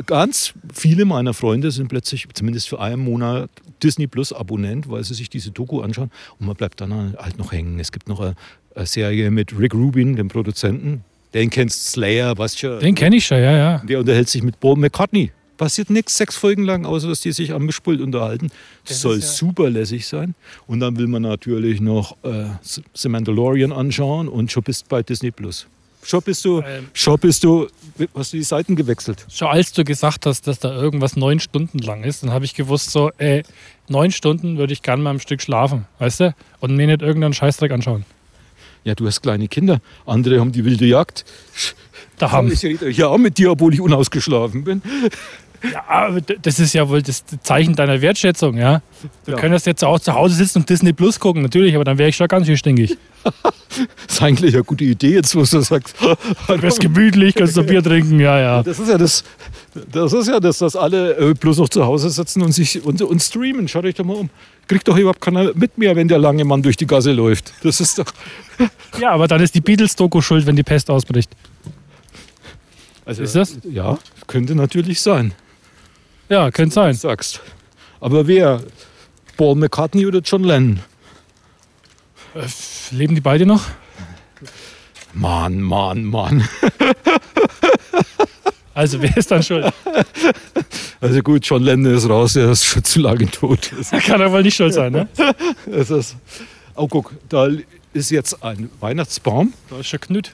Speaker 3: ganz viele meiner Freunde sind plötzlich zumindest für einen Monat Disney Plus Abonnent, weil sie sich diese Doku anschauen und man bleibt dann halt noch hängen. Es gibt noch eine, eine Serie mit Rick Rubin, dem Produzenten. Den kennst Slayer, weißt du?
Speaker 2: Den kenne ich schon, ja, ja.
Speaker 3: Der unterhält sich mit Paul McCartney. Passiert nichts sechs Folgen lang, außer dass die sich am Mischpult unterhalten. Das
Speaker 2: ist
Speaker 3: soll
Speaker 2: ja-
Speaker 3: super lässig sein. Und dann will man natürlich noch äh, The Mandalorian anschauen und schon bist bei Disney Plus. Schon bist du,
Speaker 2: Ähm.
Speaker 3: schon bist du, hast du die Seiten gewechselt?
Speaker 2: Schon als du gesagt hast, dass da irgendwas neun Stunden lang ist, dann habe ich gewusst, so, äh, neun Stunden würde ich gern mal ein Stück schlafen, weißt du? Und mir nicht irgendeinen Scheißdreck anschauen.
Speaker 3: Ja, du hast kleine Kinder. Andere haben die wilde Jagd.
Speaker 2: Da haben
Speaker 3: Ich rede ja auch mit dir, obwohl ich unausgeschlafen bin.
Speaker 2: Ja, aber d- das ist ja wohl das Zeichen deiner Wertschätzung, ja. Du
Speaker 3: Ja.
Speaker 2: könntest jetzt auch zu Hause sitzen und Disney Plus gucken, natürlich, aber dann wäre ich schon ganz schön stinkig.
Speaker 3: Das ist eigentlich eine gute Idee, jetzt wo du das sagst.
Speaker 2: Du wärst gemütlich, kannst du Bier trinken, ja, ja.
Speaker 3: Das ist ja das, das ist ja das, dass alle äh, bloß noch zu Hause sitzen und sich und, und streamen. Schaut euch doch mal um. Kriegt doch überhaupt keiner mit mir, wenn der lange Mann durch die Gasse läuft. Das ist doch.
Speaker 2: Ja, aber dann ist die Beatles-Doku schuld, wenn die Pest ausbricht.
Speaker 3: Also,
Speaker 2: Ist das?
Speaker 3: Ja, könnte natürlich sein.
Speaker 2: Ja, könnte sein.
Speaker 3: Sagst. Aber wer? Paul McCartney oder John Lennon?
Speaker 2: Leben die beide noch?
Speaker 3: Mann, Mann, Mann.
Speaker 2: Also, wer ist dann schuld?
Speaker 3: Also gut, John Lennon ist raus, er ist schon zu lange tot.
Speaker 2: Da kann er wohl nicht schuld sein, ne?
Speaker 3: Es ist, oh, guck, da ist jetzt ein Weihnachtsbaum
Speaker 2: Da ist schon Knüt.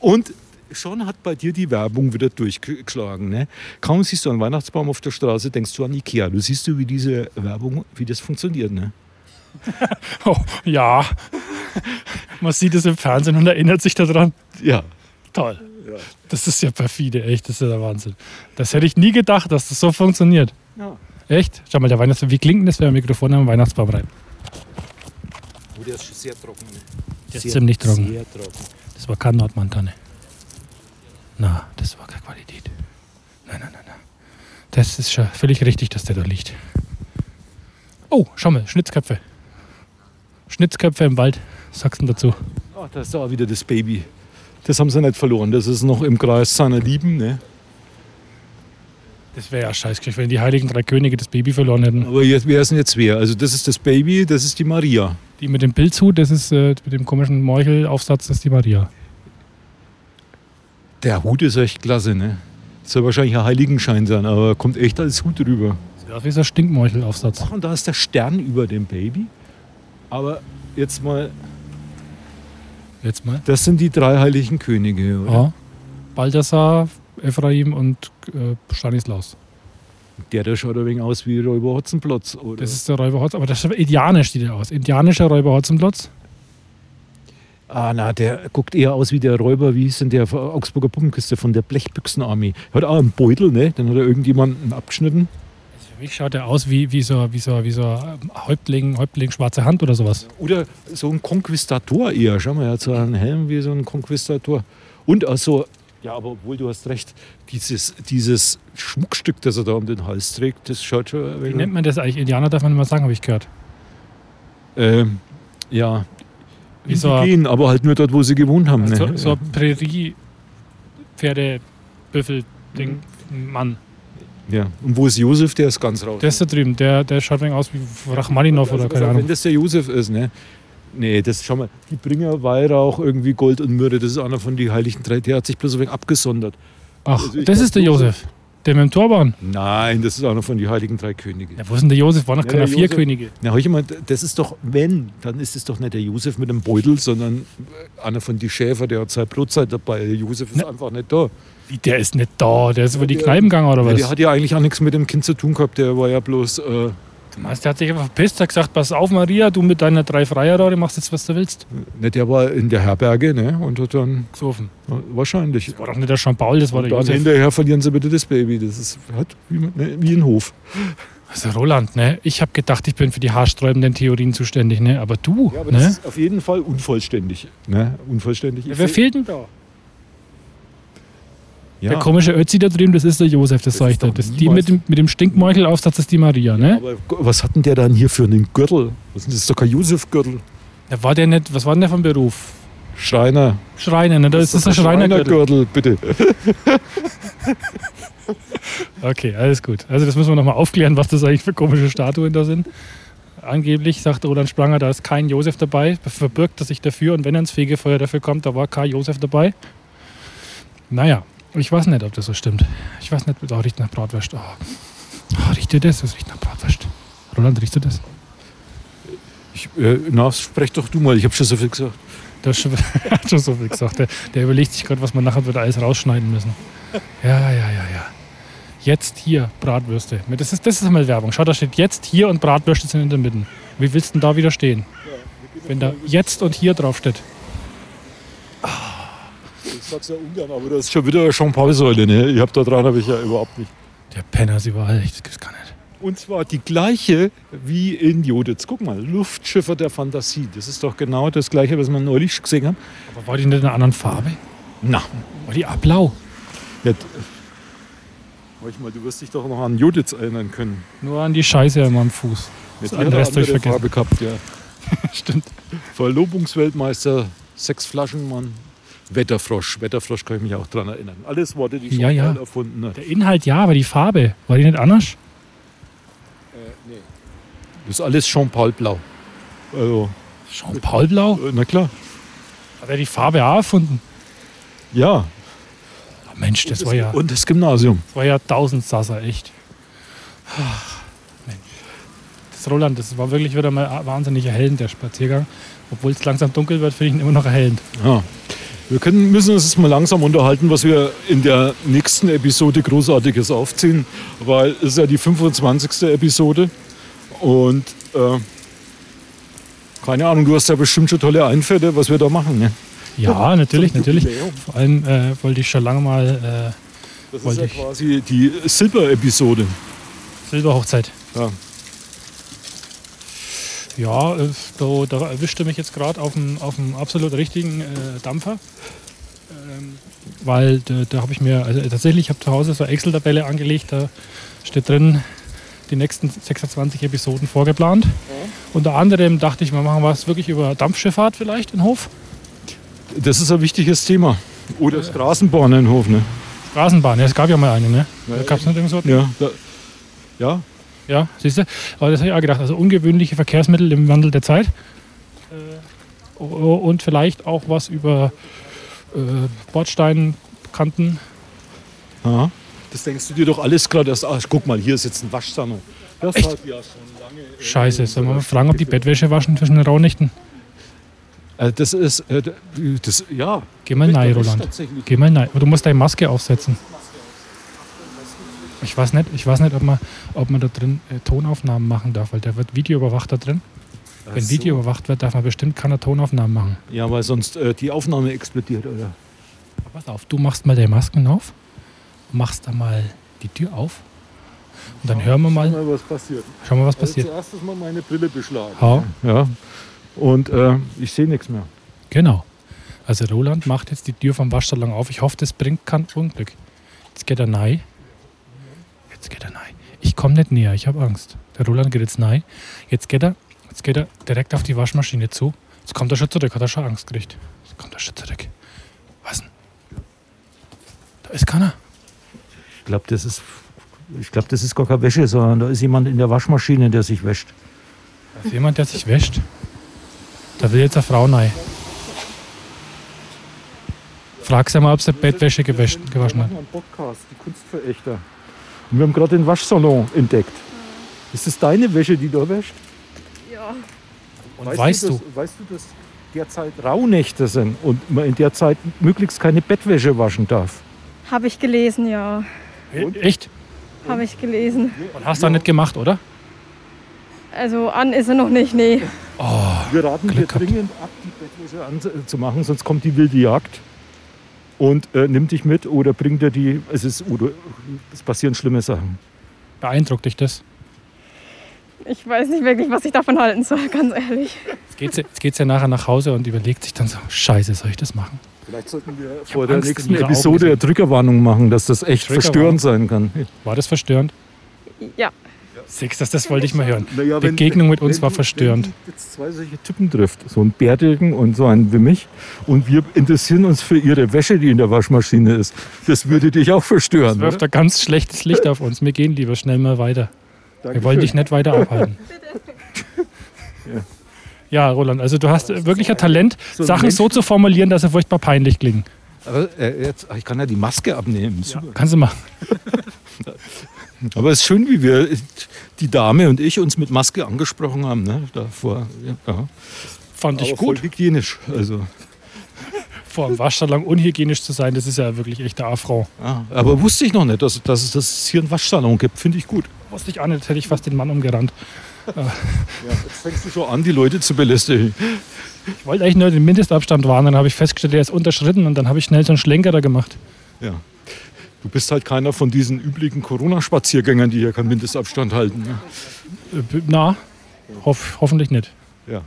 Speaker 3: und schon hat bei dir die Werbung wieder durchgeschlagen. Ne? Kaum siehst du einen Weihnachtsbaum auf der Straße, denkst du an Ikea. Du siehst du, wie diese Werbung, wie das funktioniert. Ne?
Speaker 2: Oh, ja. Man sieht es im Fernsehen und erinnert sich daran.
Speaker 3: Ja.
Speaker 2: Toll. Das ist ja perfide, echt, das ist ja der Wahnsinn. Das hätte ich nie gedacht, dass das so funktioniert.
Speaker 3: Ja.
Speaker 2: Echt? Schau mal, der Weihnachtsbaum, wie klingt denn das, wenn man Mikrofon am Weihnachtsbaum rein?
Speaker 3: Oh, der ist schon sehr trocken. Ne?
Speaker 2: Der ist ziemlich trocken.
Speaker 3: Sehr trocken.
Speaker 2: Das war kein Nordmann-Tanne. Na, das war keine Qualität. Nein, nein, nein, nein. Das ist schon völlig richtig, dass der da liegt. Oh, schau mal, Schnitzköpfe. Schnitzköpfe im Wald, Sachsen dazu.
Speaker 3: Ach, Ah, da ist da auch wieder das Baby. Das haben sie nicht verloren. Das ist noch im Kreis seiner Lieben. Ne?
Speaker 2: Das wäre ja scheißgleich, wenn die heiligen drei Könige das Baby verloren hätten.
Speaker 3: Aber jetzt, wer ist denn jetzt wer? Also das ist das Baby, das ist die Maria.
Speaker 2: Die mit dem Pilzhut, das ist äh, mit dem komischen Morchelaufsatz, das ist die Maria.
Speaker 3: Der Hut ist echt klasse, ne? Soll wahrscheinlich ein Heiligenschein sein, aber kommt echt als Hut rüber.
Speaker 2: Das ist ein Stinkmorchelaufsatz.
Speaker 3: Ach, und da ist der Stern über dem Baby. Aber jetzt mal,
Speaker 2: Jetzt mal.
Speaker 3: das sind die drei heiligen Könige, oder?
Speaker 2: Ja. Baldassar, Ephraim und äh, Stanislaus.
Speaker 3: Der, der schaut ein wenig aus wie Räuber Hotzenplotz, oder?
Speaker 2: Das ist der Räuber Hotz, aber das ist indianisch sieht er aus. Indianischer Räuber Hotzenplotz.
Speaker 3: ah, na, der guckt eher aus wie der Räuber, wie hieß denn der von Augsburger Puppenkiste von der Blechbüchsenarmee. Hat auch einen Beutel, ne? Den hat er irgendjemanden abgeschnitten.
Speaker 2: Für mich schaut er aus wie, wie so wie so, wie so ein Häuptling, Häuptling schwarze Hand oder sowas.
Speaker 3: Oder so ein Konquistator eher. Schau mal, er hat so einen Helm wie so ein Konquistator. Und auch so Ja, aber obwohl du hast recht, dieses, dieses Schmuckstück, das er da um den Hals trägt, das schaut schon. ein
Speaker 2: Wie
Speaker 3: wenig-
Speaker 2: nennt man das eigentlich? Indianer darf man immer sagen, habe ich gehört.
Speaker 3: Ähm, ja.
Speaker 2: Wie so ein-
Speaker 3: Indigenen, aber halt nur dort, wo sie gewohnt haben.
Speaker 2: So,
Speaker 3: Ne?
Speaker 2: so ein Prärie-Pferde-Büffel-Ding. Mann.
Speaker 3: ja. Und wo ist Josef, der ist ganz raus. ne?
Speaker 2: Der ist da drüben, der, der schaut ein wenig aus wie Rachmaninov
Speaker 3: Also
Speaker 2: oder
Speaker 3: pass auf,
Speaker 2: keine
Speaker 3: Wenn
Speaker 2: Ahnung.
Speaker 3: das der Josef ist, ne? Nee, das schau mal, die Bringer, Weihrauch, irgendwie Gold und Myrrhe, das ist einer von den heiligen drei, der hat sich bloß ein wenig abgesondert.
Speaker 2: Ach,
Speaker 3: also ich
Speaker 2: das
Speaker 3: glaub,
Speaker 2: ist der
Speaker 3: Josef-
Speaker 2: Josef. Der mit dem Turban.
Speaker 3: Nein, das ist einer von den heiligen drei Könige.
Speaker 2: Ja, wo ist denn der Josef? Waren noch
Speaker 3: Ja,
Speaker 2: keiner
Speaker 3: der
Speaker 2: vier
Speaker 3: Josef-
Speaker 2: Könige.
Speaker 3: Na, hör ich mal, das ist doch, wenn, dann ist es doch nicht der Josef mit dem Beutel, sondern äh, einer von die Schäfer, der hat seine Brotzeit dabei. Der Josef ist einfach nicht da.
Speaker 2: Wie, der ist nicht da. Der ist über die
Speaker 3: der-
Speaker 2: Kneipen gegangen oder
Speaker 3: Ja,
Speaker 2: was?
Speaker 3: der hat ja eigentlich auch nichts mit dem Kind zu tun gehabt, der war ja bloß. Äh,
Speaker 2: Du meinst, der hat sich einfach verpisst, hat gesagt, pass auf Maria, du mit deiner drei Freier da, du machst jetzt, was du willst.
Speaker 3: ne, der war in der Herberge, ne? Und hat dann
Speaker 2: Gesoffen.
Speaker 3: äh, wahrscheinlich.
Speaker 2: War doch nicht der Jean-Paul, das war
Speaker 3: Und
Speaker 2: der
Speaker 3: dann
Speaker 2: Josef.
Speaker 3: hinterher verlieren sie bitte das Baby. Das ist hat wie, ne, wie ein Hof.
Speaker 2: Also Roland, ne? Ich habe gedacht, ich bin für die haarsträubenden Theorien zuständig, ne? Aber du, ne?
Speaker 3: ist auf jeden Fall unvollständig. Ne? Unvollständig.
Speaker 2: Ja, wer fehlt denn da?
Speaker 3: ja,
Speaker 2: Der komische Ötzi da drüben, das ist der Josef, das,
Speaker 3: Das
Speaker 2: sag
Speaker 3: ist
Speaker 2: ich dir.
Speaker 3: doch
Speaker 2: Das die
Speaker 3: niemals-
Speaker 2: mit dem, mit dem Stinkmeuchelaufsatz das ist die Maria, ne?
Speaker 3: aber was hat denn der dann hier für einen Gürtel? Was ist denn das? Das ist doch kein Josef-Gürtel.
Speaker 2: Da war der nicht, was war denn der vom Beruf?
Speaker 3: Schreiner.
Speaker 2: Schreiner, ne? Da ist das der Schreinergürtel.
Speaker 3: Schreinergürtel, bitte.
Speaker 2: Okay, alles gut. Also das müssen wir nochmal aufklären, was das eigentlich für komische Statuen da sind. Angeblich sagt Roland Spranger, da ist kein Josef dabei, verbirgt er sich dafür und wenn er ins Fegefeuer dafür kommt, da war kein Josef dabei. Naja, ich weiß nicht, ob das so stimmt. Ich weiß nicht, oh, riecht nach Bratwurst. Oh. Oh, riecht ihr das? Das riecht nach Bratwurst. Roland, riechst du das?
Speaker 3: Ich, äh, na, sprech doch du mal, ich habe schon so viel gesagt.
Speaker 2: Der Sch- hat schon so viel gesagt. Der, der überlegt sich gerade, was man nachher wieder alles rausschneiden müssen. Ja, ja, ja, ja. Jetzt hier Bratwürste. Das ist, das ist mal Werbung. Schau, da steht jetzt hier und Bratwürste sind in der Mitte. Wie willst du denn da wieder stehen? Wenn da jetzt und hier drauf steht.
Speaker 3: Ich sag's ja ungern, aber das ist schon wieder eine Champagner-Säule. Ne? Ich hab da dran, habe ich ja überhaupt nicht.
Speaker 2: Der Penner ist überall. Ich- Das gibt's gar nicht.
Speaker 3: Und zwar die gleiche wie in Joditz. Guck mal, Luftschiffe der Fantasie. Das ist doch genau das gleiche, was wir neulich gesehen haben.
Speaker 2: Aber war die nicht in einer anderen Farbe?
Speaker 3: Na,
Speaker 2: War die ablau?
Speaker 3: jetzt. Hör mal, du wirst dich doch noch an Joditz erinnern können.
Speaker 2: Nur an die Scheiße immer am Fuß.
Speaker 3: Jetzt
Speaker 2: Das andere hast du vergessen.
Speaker 3: Farbe gehabt, ja.
Speaker 2: Stimmt.
Speaker 3: Verlobungsweltmeister, sechs Flaschenmann, Wetterfrosch. Wetterfrosch kann ich mich auch dran erinnern. Alles Worte, die
Speaker 2: Ja,
Speaker 3: Chantal
Speaker 2: ja.
Speaker 3: erfunden ne? hat.
Speaker 2: Der Inhalt ja, aber die Farbe. War die nicht anders?
Speaker 3: Das ist alles Jean-Paul Blau. Also,
Speaker 2: Jean-Paul Blau?
Speaker 3: äh, na klar.
Speaker 2: Hat er die Farbe auch erfunden?
Speaker 3: Ja.
Speaker 2: Oh Mensch, das war ja.
Speaker 3: Und das Gymnasium.
Speaker 2: Das war ja 1000 Sasser, echt. Mensch. Das Roland, das war wirklich wieder mal wahnsinnig erhellend, der Spaziergang. Obwohl es langsam dunkel wird, finde ich ihn immer noch erhellend.
Speaker 3: Ja. Wir können, müssen uns jetzt mal langsam unterhalten, was wir in der nächsten Episode Großartiges aufziehen, weil es ist ja die 25. Episode und äh, keine Ahnung, du hast ja bestimmt schon tolle Einfälle, was wir da machen. Ne?
Speaker 2: Ja, natürlich, natürlich.
Speaker 3: Jubiläum.
Speaker 2: Vor allem äh, wollte ich schon lange mal äh,
Speaker 3: Das
Speaker 2: Wollte
Speaker 3: ist
Speaker 2: ich.
Speaker 3: ja quasi die Silber-Episode.
Speaker 2: äh, Silberhochzeit.
Speaker 3: Ja.
Speaker 2: Ja, äh, da, da erwischte mich jetzt gerade auf dem auf dem absolut richtigen äh, Dampfer. Ähm, weil da, da habe ich mir, also tatsächlich, ich habe zu Hause so eine Excel-Tabelle angelegt, da steht drin, die nächsten 26 Episoden vorgeplant. Unter anderem dachte ich, wir machen was wirklich über Dampfschifffahrt vielleicht in Hof.
Speaker 3: Das ist ein wichtiges Thema. Oder Straßenbahn in Hof, ne?
Speaker 2: Straßenbahn, ja, es gab ja mal eine, ne? Da gab es nicht irgend so.
Speaker 3: Ja. Da, ja,
Speaker 2: Ja, siehst du? Aber das habe ich auch gedacht. Also ungewöhnliche Verkehrsmittel im Wandel der Zeit. Äh, o- und vielleicht auch was über äh, Bordsteinkanten.
Speaker 3: Aha. Das denkst du dir doch alles gerade erst. Ach, guck mal, hier ist jetzt ein Waschsalon. Das
Speaker 2: Echt?
Speaker 3: hat ja schon lange. äh,
Speaker 2: Scheiße, sollen wir mal fragen, ob die Bettwäsche waschen zwischen den Raunichten?
Speaker 3: Äh, das ist. Äh, das, ja.
Speaker 2: Geh mal
Speaker 3: Das
Speaker 2: rein,
Speaker 3: ist
Speaker 2: Roland.
Speaker 3: tatsächlich-
Speaker 2: Geh mal rein. Aber Du musst deine Maske aufsetzen. Ich weiß nicht, ich weiß nicht ob, man, ob man da drin äh, Tonaufnahmen machen darf, weil da wird Video überwacht da drin.
Speaker 3: Ach
Speaker 2: Wenn
Speaker 3: so.
Speaker 2: Video überwacht wird, darf man bestimmt keine Tonaufnahmen machen.
Speaker 3: Ja, weil sonst äh, die Aufnahme explodiert, oder?
Speaker 2: Pass auf, du machst mal deine Masken auf, machst da mal die Tür auf und dann hören wir mal,
Speaker 3: was passiert.
Speaker 2: schauen wir, was passiert.
Speaker 3: zuerst mal meine Brille beschlagen.
Speaker 2: Hau,
Speaker 3: Ja. Und äh, ich sehe nichts mehr.
Speaker 2: genau. Also Roland macht jetzt die Tür vom Waschsalon auf. Ich hoffe, das bringt kein Unglück. Jetzt geht er nein. Jetzt geht er nein. Ich komme nicht näher, ich habe Angst. Der Roland geht jetzt nein. Jetzt geht er, jetzt geht er direkt auf die Waschmaschine zu. Jetzt kommt er schon zurück, hat er schon Angst gekriegt. Jetzt kommt er schon zurück. Was denn? Da ist keiner.
Speaker 5: Ich glaube, das ist. Ich glaube, das ist gar keine Wäsche, sondern da ist jemand in der Waschmaschine, der sich wäscht.
Speaker 2: Da ist jemand, der sich wäscht. Da will jetzt eine Frau rein. Frag sie mal, ob sie Bettwäsche gewaschen, gewaschen hat.
Speaker 3: Wir machen einen Podcast, die Kunstverächter. Und wir haben gerade den Waschsalon entdeckt. Ist das deine Wäsche, die da wäscht?
Speaker 6: Ja.
Speaker 2: Und weißt du,
Speaker 3: dass- Weißt du, dass derzeit Rauhnächte sind und man in der Zeit möglichst keine Bettwäsche waschen darf?
Speaker 6: Habe ich gelesen, ja.
Speaker 3: Und?
Speaker 2: E-, echt?
Speaker 6: Habe ich gelesen.
Speaker 2: Und hast du auch nicht gemacht, oder?
Speaker 6: Also an ist er noch nicht, nee.
Speaker 3: Wir raten
Speaker 2: Glück
Speaker 3: dir
Speaker 2: gehabt.
Speaker 3: dringend ab, die Bettwäsche anzumachen, sonst kommt die wilde Jagd und äh, nimmt dich mit oder bringt dir die. Es, ist, oder, es passieren schlimme Sachen.
Speaker 2: Beeindruckt dich das?
Speaker 6: Ich weiß nicht wirklich, was ich davon halten soll, ganz ehrlich.
Speaker 2: Jetzt geht sie, jetzt geht sie ja nachher nach Hause und überlegt sich dann so, scheiße, soll ich das machen?
Speaker 3: Vielleicht sollten wir vor
Speaker 2: hab
Speaker 3: der
Speaker 2: Angst,
Speaker 3: nächsten
Speaker 2: in ihre Augen
Speaker 3: Episode
Speaker 2: gesehen.
Speaker 3: eine Triggerwarnung machen, dass das echt
Speaker 2: Triggerwarnung?
Speaker 3: verstörend sein kann.
Speaker 2: War das verstörend?
Speaker 6: Ja,
Speaker 2: Six, das, das wollte ich mal hören.
Speaker 3: Naja, wenn-
Speaker 2: Begegnung mit uns
Speaker 3: wenn
Speaker 2: war
Speaker 3: die-
Speaker 2: verstörend.
Speaker 3: Wenn die jetzt zwei solche Typen trifft, so einen bärtigen und so einen wie mich, und wir interessieren uns für ihre Wäsche, die in der Waschmaschine ist, das würde dich auch
Speaker 2: Das
Speaker 3: verstören.
Speaker 2: wirft
Speaker 3: oder?
Speaker 2: ein ganz schlechtes Licht auf uns. Wir gehen lieber schnell mal weiter. Wir
Speaker 3: Dankeschön.
Speaker 2: wollen dich nicht weiter abhalten. Ja, Roland, also du hast wirklich ein Talent,
Speaker 3: so ein
Speaker 2: Sachen
Speaker 3: Mensch-
Speaker 2: so zu formulieren, dass sie furchtbar peinlich klingen.
Speaker 3: Aber, äh, jetzt, ach, ich kann ja die Maske abnehmen.
Speaker 2: Ja,
Speaker 3: Super.
Speaker 2: kannst du machen.
Speaker 3: Aber es ist schön, wie wir, äh, die Dame und ich, uns mit Maske angesprochen haben. Ne? Davor, ja. ja.
Speaker 2: Fand ich
Speaker 3: Aber voll
Speaker 2: gut.
Speaker 3: hygienisch. Also,
Speaker 2: Vor dem Waschsalon unhygienisch zu sein, das ist ja wirklich echt der Affront.
Speaker 3: ja. Aber wusste ich noch nicht, dass, dass, es- dass es hier einen Waschsalon gibt. Finde ich gut.
Speaker 2: Wusste ich auch nicht, hätte ich fast den Mann umgerannt.
Speaker 3: Jetzt fängst du schon an, die Leute zu belästigen.
Speaker 2: Ich wollte eigentlich nur den Mindestabstand wahren, dann habe ich festgestellt, der ist unterschritten und dann habe ich schnell so einen Schlenkerer gemacht.
Speaker 3: Ja. Du bist halt keiner von diesen üblichen Corona-Spaziergängern, die hier keinen Mindestabstand halten. Ne?
Speaker 2: Äh, b- Na, hoff, hoffentlich nicht.
Speaker 3: Ja.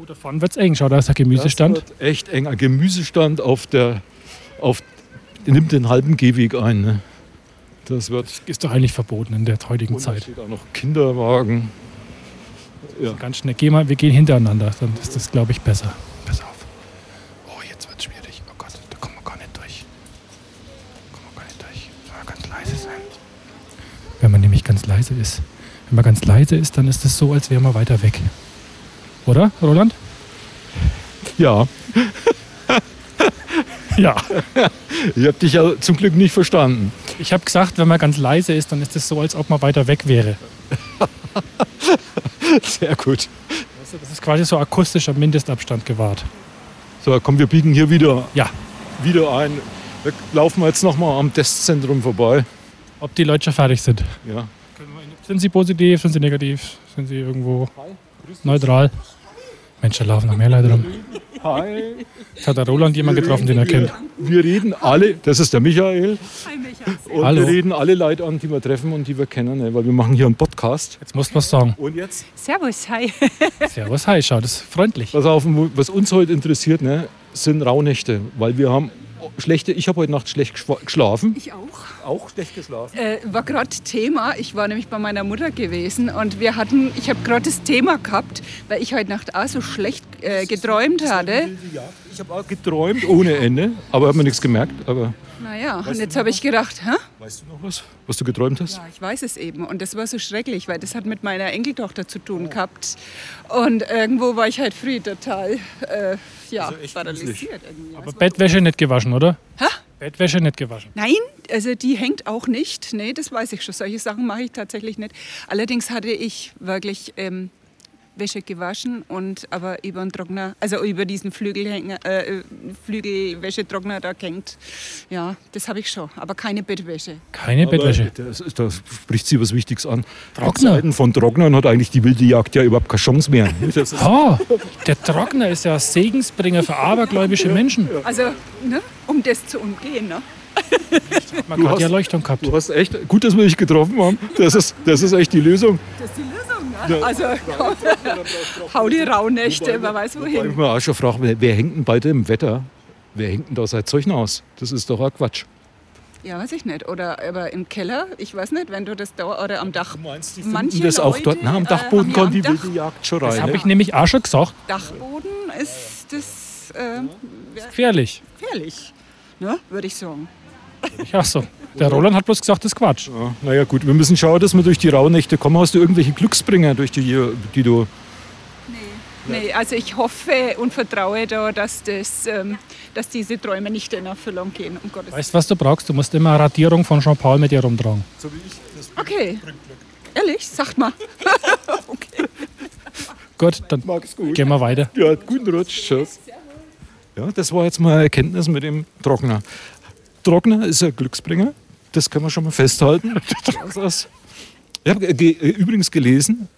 Speaker 2: Oh, da vorne wird's eng. Schau, da ist der Gemüsestand.
Speaker 3: Das wird Echt enger Gemüsestand auf der. Auf, nimmt den halben Gehweg ein. Ne? Das wird.
Speaker 2: Ist doch eigentlich verboten in der heutigen
Speaker 3: Und da
Speaker 2: Zeit.
Speaker 3: steht auch noch Kinderwagen.
Speaker 2: Ganz schnell. Geh mal, wir gehen hintereinander. Dann ist das, glaube ich, besser. Pass auf. Oh, jetzt wird's schwierig. Oh Gott, da kommen wir gar nicht durch. Kommen wir gar nicht durch. Sollen wir ganz leise sein? Wenn man nämlich ganz leise ist. Wenn man ganz leise ist, dann ist es so, als wäre man weiter weg. Oder, Roland?
Speaker 3: Ja,
Speaker 2: Ja.
Speaker 3: ich habe dich ja zum Glück nicht verstanden.
Speaker 2: Ich habe gesagt, wenn man ganz leise ist, dann ist es so, als ob man weiter weg wäre.
Speaker 3: Sehr gut.
Speaker 2: Das ist quasi so akustischer Mindestabstand gewahrt.
Speaker 3: So, komm, wir biegen hier wieder,
Speaker 2: Ja,
Speaker 3: wieder ein. Wir laufen jetzt nochmal am Testzentrum vorbei.
Speaker 2: ob die Leute schon fertig sind.
Speaker 3: Ja.
Speaker 2: Sind sie positiv, sind sie negativ, sind sie irgendwo neutral? Mensch, da laufen noch mehr Leute rum.
Speaker 3: Hi.
Speaker 2: Jetzt hat der Roland jemanden getroffen, den er kennt.
Speaker 3: Wir reden alle, das ist der Michael. Und
Speaker 2: Hallo.
Speaker 3: wir reden alle Leute an, die wir treffen und die wir kennen, ne, weil wir machen hier einen Podcast.
Speaker 2: Jetzt muss man sagen.
Speaker 3: Und jetzt?
Speaker 7: Servus, hi.
Speaker 2: Servus, hi, schau, das ist freundlich.
Speaker 3: Pass auf, was uns heute interessiert, ne, sind Rauhnächte, weil wir haben schlechte, ich habe heute Nacht schlecht geschwa- geschlafen.
Speaker 7: Ich auch.
Speaker 3: Auch schlecht geschlafen.
Speaker 7: Äh, war gerade Thema. Ich war nämlich bei meiner Mutter gewesen und wir hatten, ich habe gerade das Thema gehabt, weil ich heute Nacht auch so schlecht äh, geträumt hatte.
Speaker 3: Ich habe auch geträumt ohne Ende, aber habe mir nichts gemerkt. Aber
Speaker 7: Naja, und jetzt habe ich gedacht, hä?
Speaker 3: weißt du noch was, was du geträumt hast?
Speaker 7: Ja, ich weiß es eben. Und das war so schrecklich, weil das hat mit meiner Enkeltochter zu tun gehabt. Und irgendwo war ich halt früh total, äh, ja, paralysiert irgendwie.
Speaker 2: Aber Bettwäsche nicht gewaschen, oder? Hä? Bettwäsche nicht gewaschen.
Speaker 7: Nein, also die hängt auch nicht. Nee, das weiß ich schon. Solche Sachen mache ich tatsächlich nicht. Allerdings hatte ich wirklich ähm, Wäsche gewaschen und aber über den Trockner, also über diesen Flügelhänger, äh, Flügelwäschetrockner da hängt. Ja, das habe ich schon, aber keine Bettwäsche.
Speaker 2: Keine Bettwäsche.
Speaker 3: Aber Das, da spricht sie was Wichtiges an.
Speaker 2: Trockner.
Speaker 3: In Zeiten von Trocknern hat eigentlich die wilde Jagd ja überhaupt keine Chance mehr. Das ist
Speaker 2: Oh, der Trockner ist ja Segensbringer für abergläubische Menschen.
Speaker 7: Also, ne, um das zu umgehen, ne?
Speaker 2: Man hat ja Erleuchtung gehabt.
Speaker 3: Du hast echt, gut, dass wir dich getroffen haben. Das ist, das ist echt die Lösung.
Speaker 7: Das ist die Lösung, ne? Also komm, hau die Rauhnächte, wer weiß
Speaker 3: Weil
Speaker 7: wohin.
Speaker 3: ich mir auch schon frage, wer, wer hängt denn beide im Wetter? Wer hängt denn da seit Zeug aus? Das ist doch auch Quatsch.
Speaker 7: Ja, weiß ich nicht. Oder aber im Keller, ich weiß nicht, wenn du das da oder am Dach.
Speaker 3: meinst, die
Speaker 7: Manche
Speaker 3: das auch
Speaker 7: Leute,
Speaker 3: dort? Na, am
Speaker 7: äh,
Speaker 3: Dachboden
Speaker 7: haben ja
Speaker 3: kommt
Speaker 7: am
Speaker 3: die
Speaker 7: Dach-
Speaker 3: wilde Jagd schon
Speaker 2: Das
Speaker 3: rein.
Speaker 2: habe
Speaker 3: Ne?
Speaker 2: ich nämlich auch schon gesagt.
Speaker 7: Dachboden ist das äh,
Speaker 2: Gefährlich.
Speaker 7: gefährlich, ne? würde ich sagen.
Speaker 2: Ja, so. Der Roland hat bloß gesagt, das ist Quatsch.
Speaker 3: Ja, naja, gut, wir müssen schauen, dass wir durch die Rauhnächte kommen. Hast du irgendwelche Glücksbringer, durch die, die du.
Speaker 7: Nee, also ich hoffe und vertraue da, dass, das, ähm, dass diese Träume nicht in Erfüllung gehen, um Gottes Willen.
Speaker 2: Weißt du, was du brauchst? Du musst immer eine Radierung von Jean-Paul mit dir rumtragen.
Speaker 7: Okay. Ehrlich, sagt mal.
Speaker 2: Gut, dann
Speaker 3: Mag's gut.
Speaker 2: gehen wir weiter.
Speaker 3: Ja, guten Rutsch. Tschüss. Ja, das war jetzt mal eine Erkenntnis mit dem Trockner. Trockner ist ein Glücksbringer, das kann man schon mal festhalten. Das ist- ich habe ge äh, übrigens gelesen,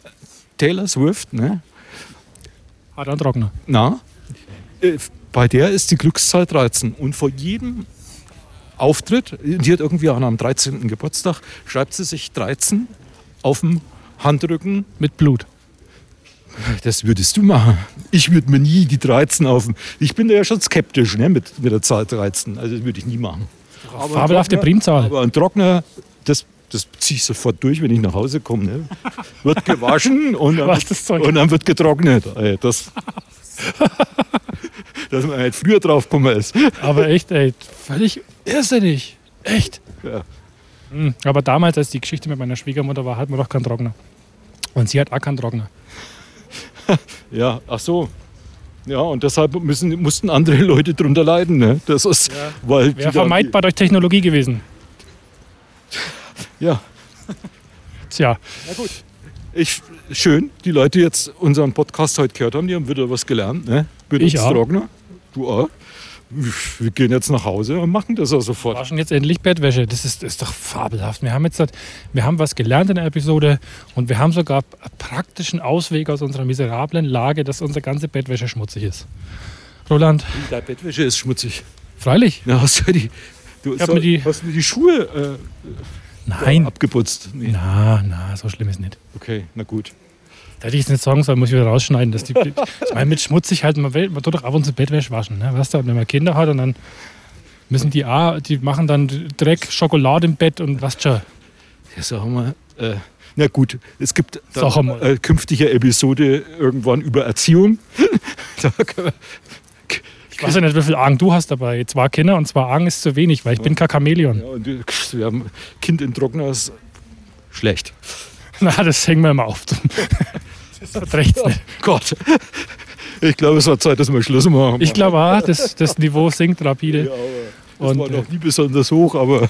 Speaker 3: Taylor Swift, ne?
Speaker 2: Hat einen Ah, Trockner.
Speaker 3: Na, äh, bei der ist die Glückszahl 13 und vor jedem Auftritt, die hat irgendwie an am 13. Geburtstag, schreibt sie sich 13 auf dem Handrücken
Speaker 2: Mit Blut.
Speaker 3: Das würdest du machen. Ich würde mir nie die 13 auf. Ich bin da ja schon skeptisch ne, mit, mit der Zahl 13. Also das würde ich nie machen. Aber
Speaker 2: Fabelhafte Primzahl.
Speaker 3: Aber ein Trockner, das, das ziehe ich sofort durch, wenn ich nach Hause komme. Ne? Wird gewaschen und dann,
Speaker 2: Was das Zeug?
Speaker 3: und dann wird getrocknet. Ey, Das, dass man halt früher drauf gekommen ist.
Speaker 2: Aber echt, ey, völlig irrsinnig. Echt.
Speaker 3: Ja.
Speaker 2: Hm, Aber damals, als die Geschichte mit meiner Schwiegermutter war, hatten wir doch keinen Trockner. Und sie hat auch keinen Trockner.
Speaker 3: Ja, ach so. Ja, und deshalb müssen, mussten andere Leute drunter leiden. Ne? Das ist, weil die
Speaker 2: Wäre
Speaker 3: da-
Speaker 2: vermeidbar durch Technologie gewesen.
Speaker 3: Ja,
Speaker 2: Tja,
Speaker 3: Ich, schön, die Leute jetzt unseren Podcast heute gehört haben, die haben wieder was gelernt. Ne? Benutzt
Speaker 2: Ich auch.
Speaker 3: Trockner, du auch. Wir gehen jetzt nach Hause und machen das also auch
Speaker 2: wir
Speaker 3: sofort.
Speaker 2: waschen jetzt endlich Bettwäsche. Das ist, ist doch fabelhaft. Wir haben jetzt halt- wir haben was gelernt in der Episode und wir haben sogar einen praktischen Ausweg aus unserer miserablen Lage, dass unsere ganze Bettwäsche schmutzig ist. Roland,
Speaker 3: Deine Bettwäsche ist schmutzig.
Speaker 2: freilich.
Speaker 3: Na, hast du die, du
Speaker 2: hab mir die-
Speaker 3: hast mir die Schuhe äh,
Speaker 2: Nein.
Speaker 3: abgeputzt. Nee.
Speaker 2: Na, na, so schlimm ist nicht.
Speaker 3: Okay, na gut.
Speaker 2: Da hätte ich es nicht sagen sollen, muss ich wieder rausschneiden. Dass die, ich meine, mit schmutzig halt, man, will, man tut doch ab und zu Bettwäsche waschen. Ne? Weißt du, und wenn man Kinder hat und dann müssen die auch, die machen dann Dreck, Schokolade im Bett und was schon.
Speaker 3: Ja, sag mal, äh, na gut, es gibt dann,
Speaker 2: Sag mal.
Speaker 3: äh, künftige Episode irgendwann über Erziehung. da können wir-
Speaker 2: Ich weiß ja nicht, wie viel Argen du hast dabei. Zwei Kinder und zwei Argen ist zu wenig, weil ich bin kein Chamäleon.
Speaker 3: ja, und, äh, wir haben Kind in Trockner ist schlecht.
Speaker 2: Na, das hängen wir immer auf. Das verdreht nicht.
Speaker 3: Gott. Ich glaube, es war Zeit, dass wir Schluss machen.
Speaker 2: Ich glaube, ah, das, das Niveau sinkt rapide.
Speaker 3: das
Speaker 2: und äh,
Speaker 3: war noch nie besonders hoch, aber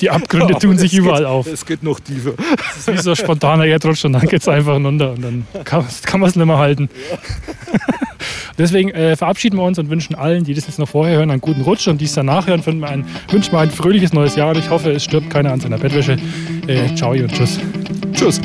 Speaker 2: die Abgründe tun sich
Speaker 3: es
Speaker 2: überall
Speaker 3: geht,
Speaker 2: auf.
Speaker 3: Es geht noch tiefer.
Speaker 2: Das ist wie so ein spontaner Erdrutsch und dann geht es einfach runter und dann kann, kann man es nicht mehr halten. Deswegen äh, verabschieden wir uns und wünschen allen, die das jetzt noch vorher hören, einen guten Rutsch und die es danach hören, finden wir ein, wünschen wir ein fröhliches neues Jahr und ich hoffe, es stirbt keiner an seiner Bettwäsche. Äh, ciao und tschüss.
Speaker 3: Tschüss.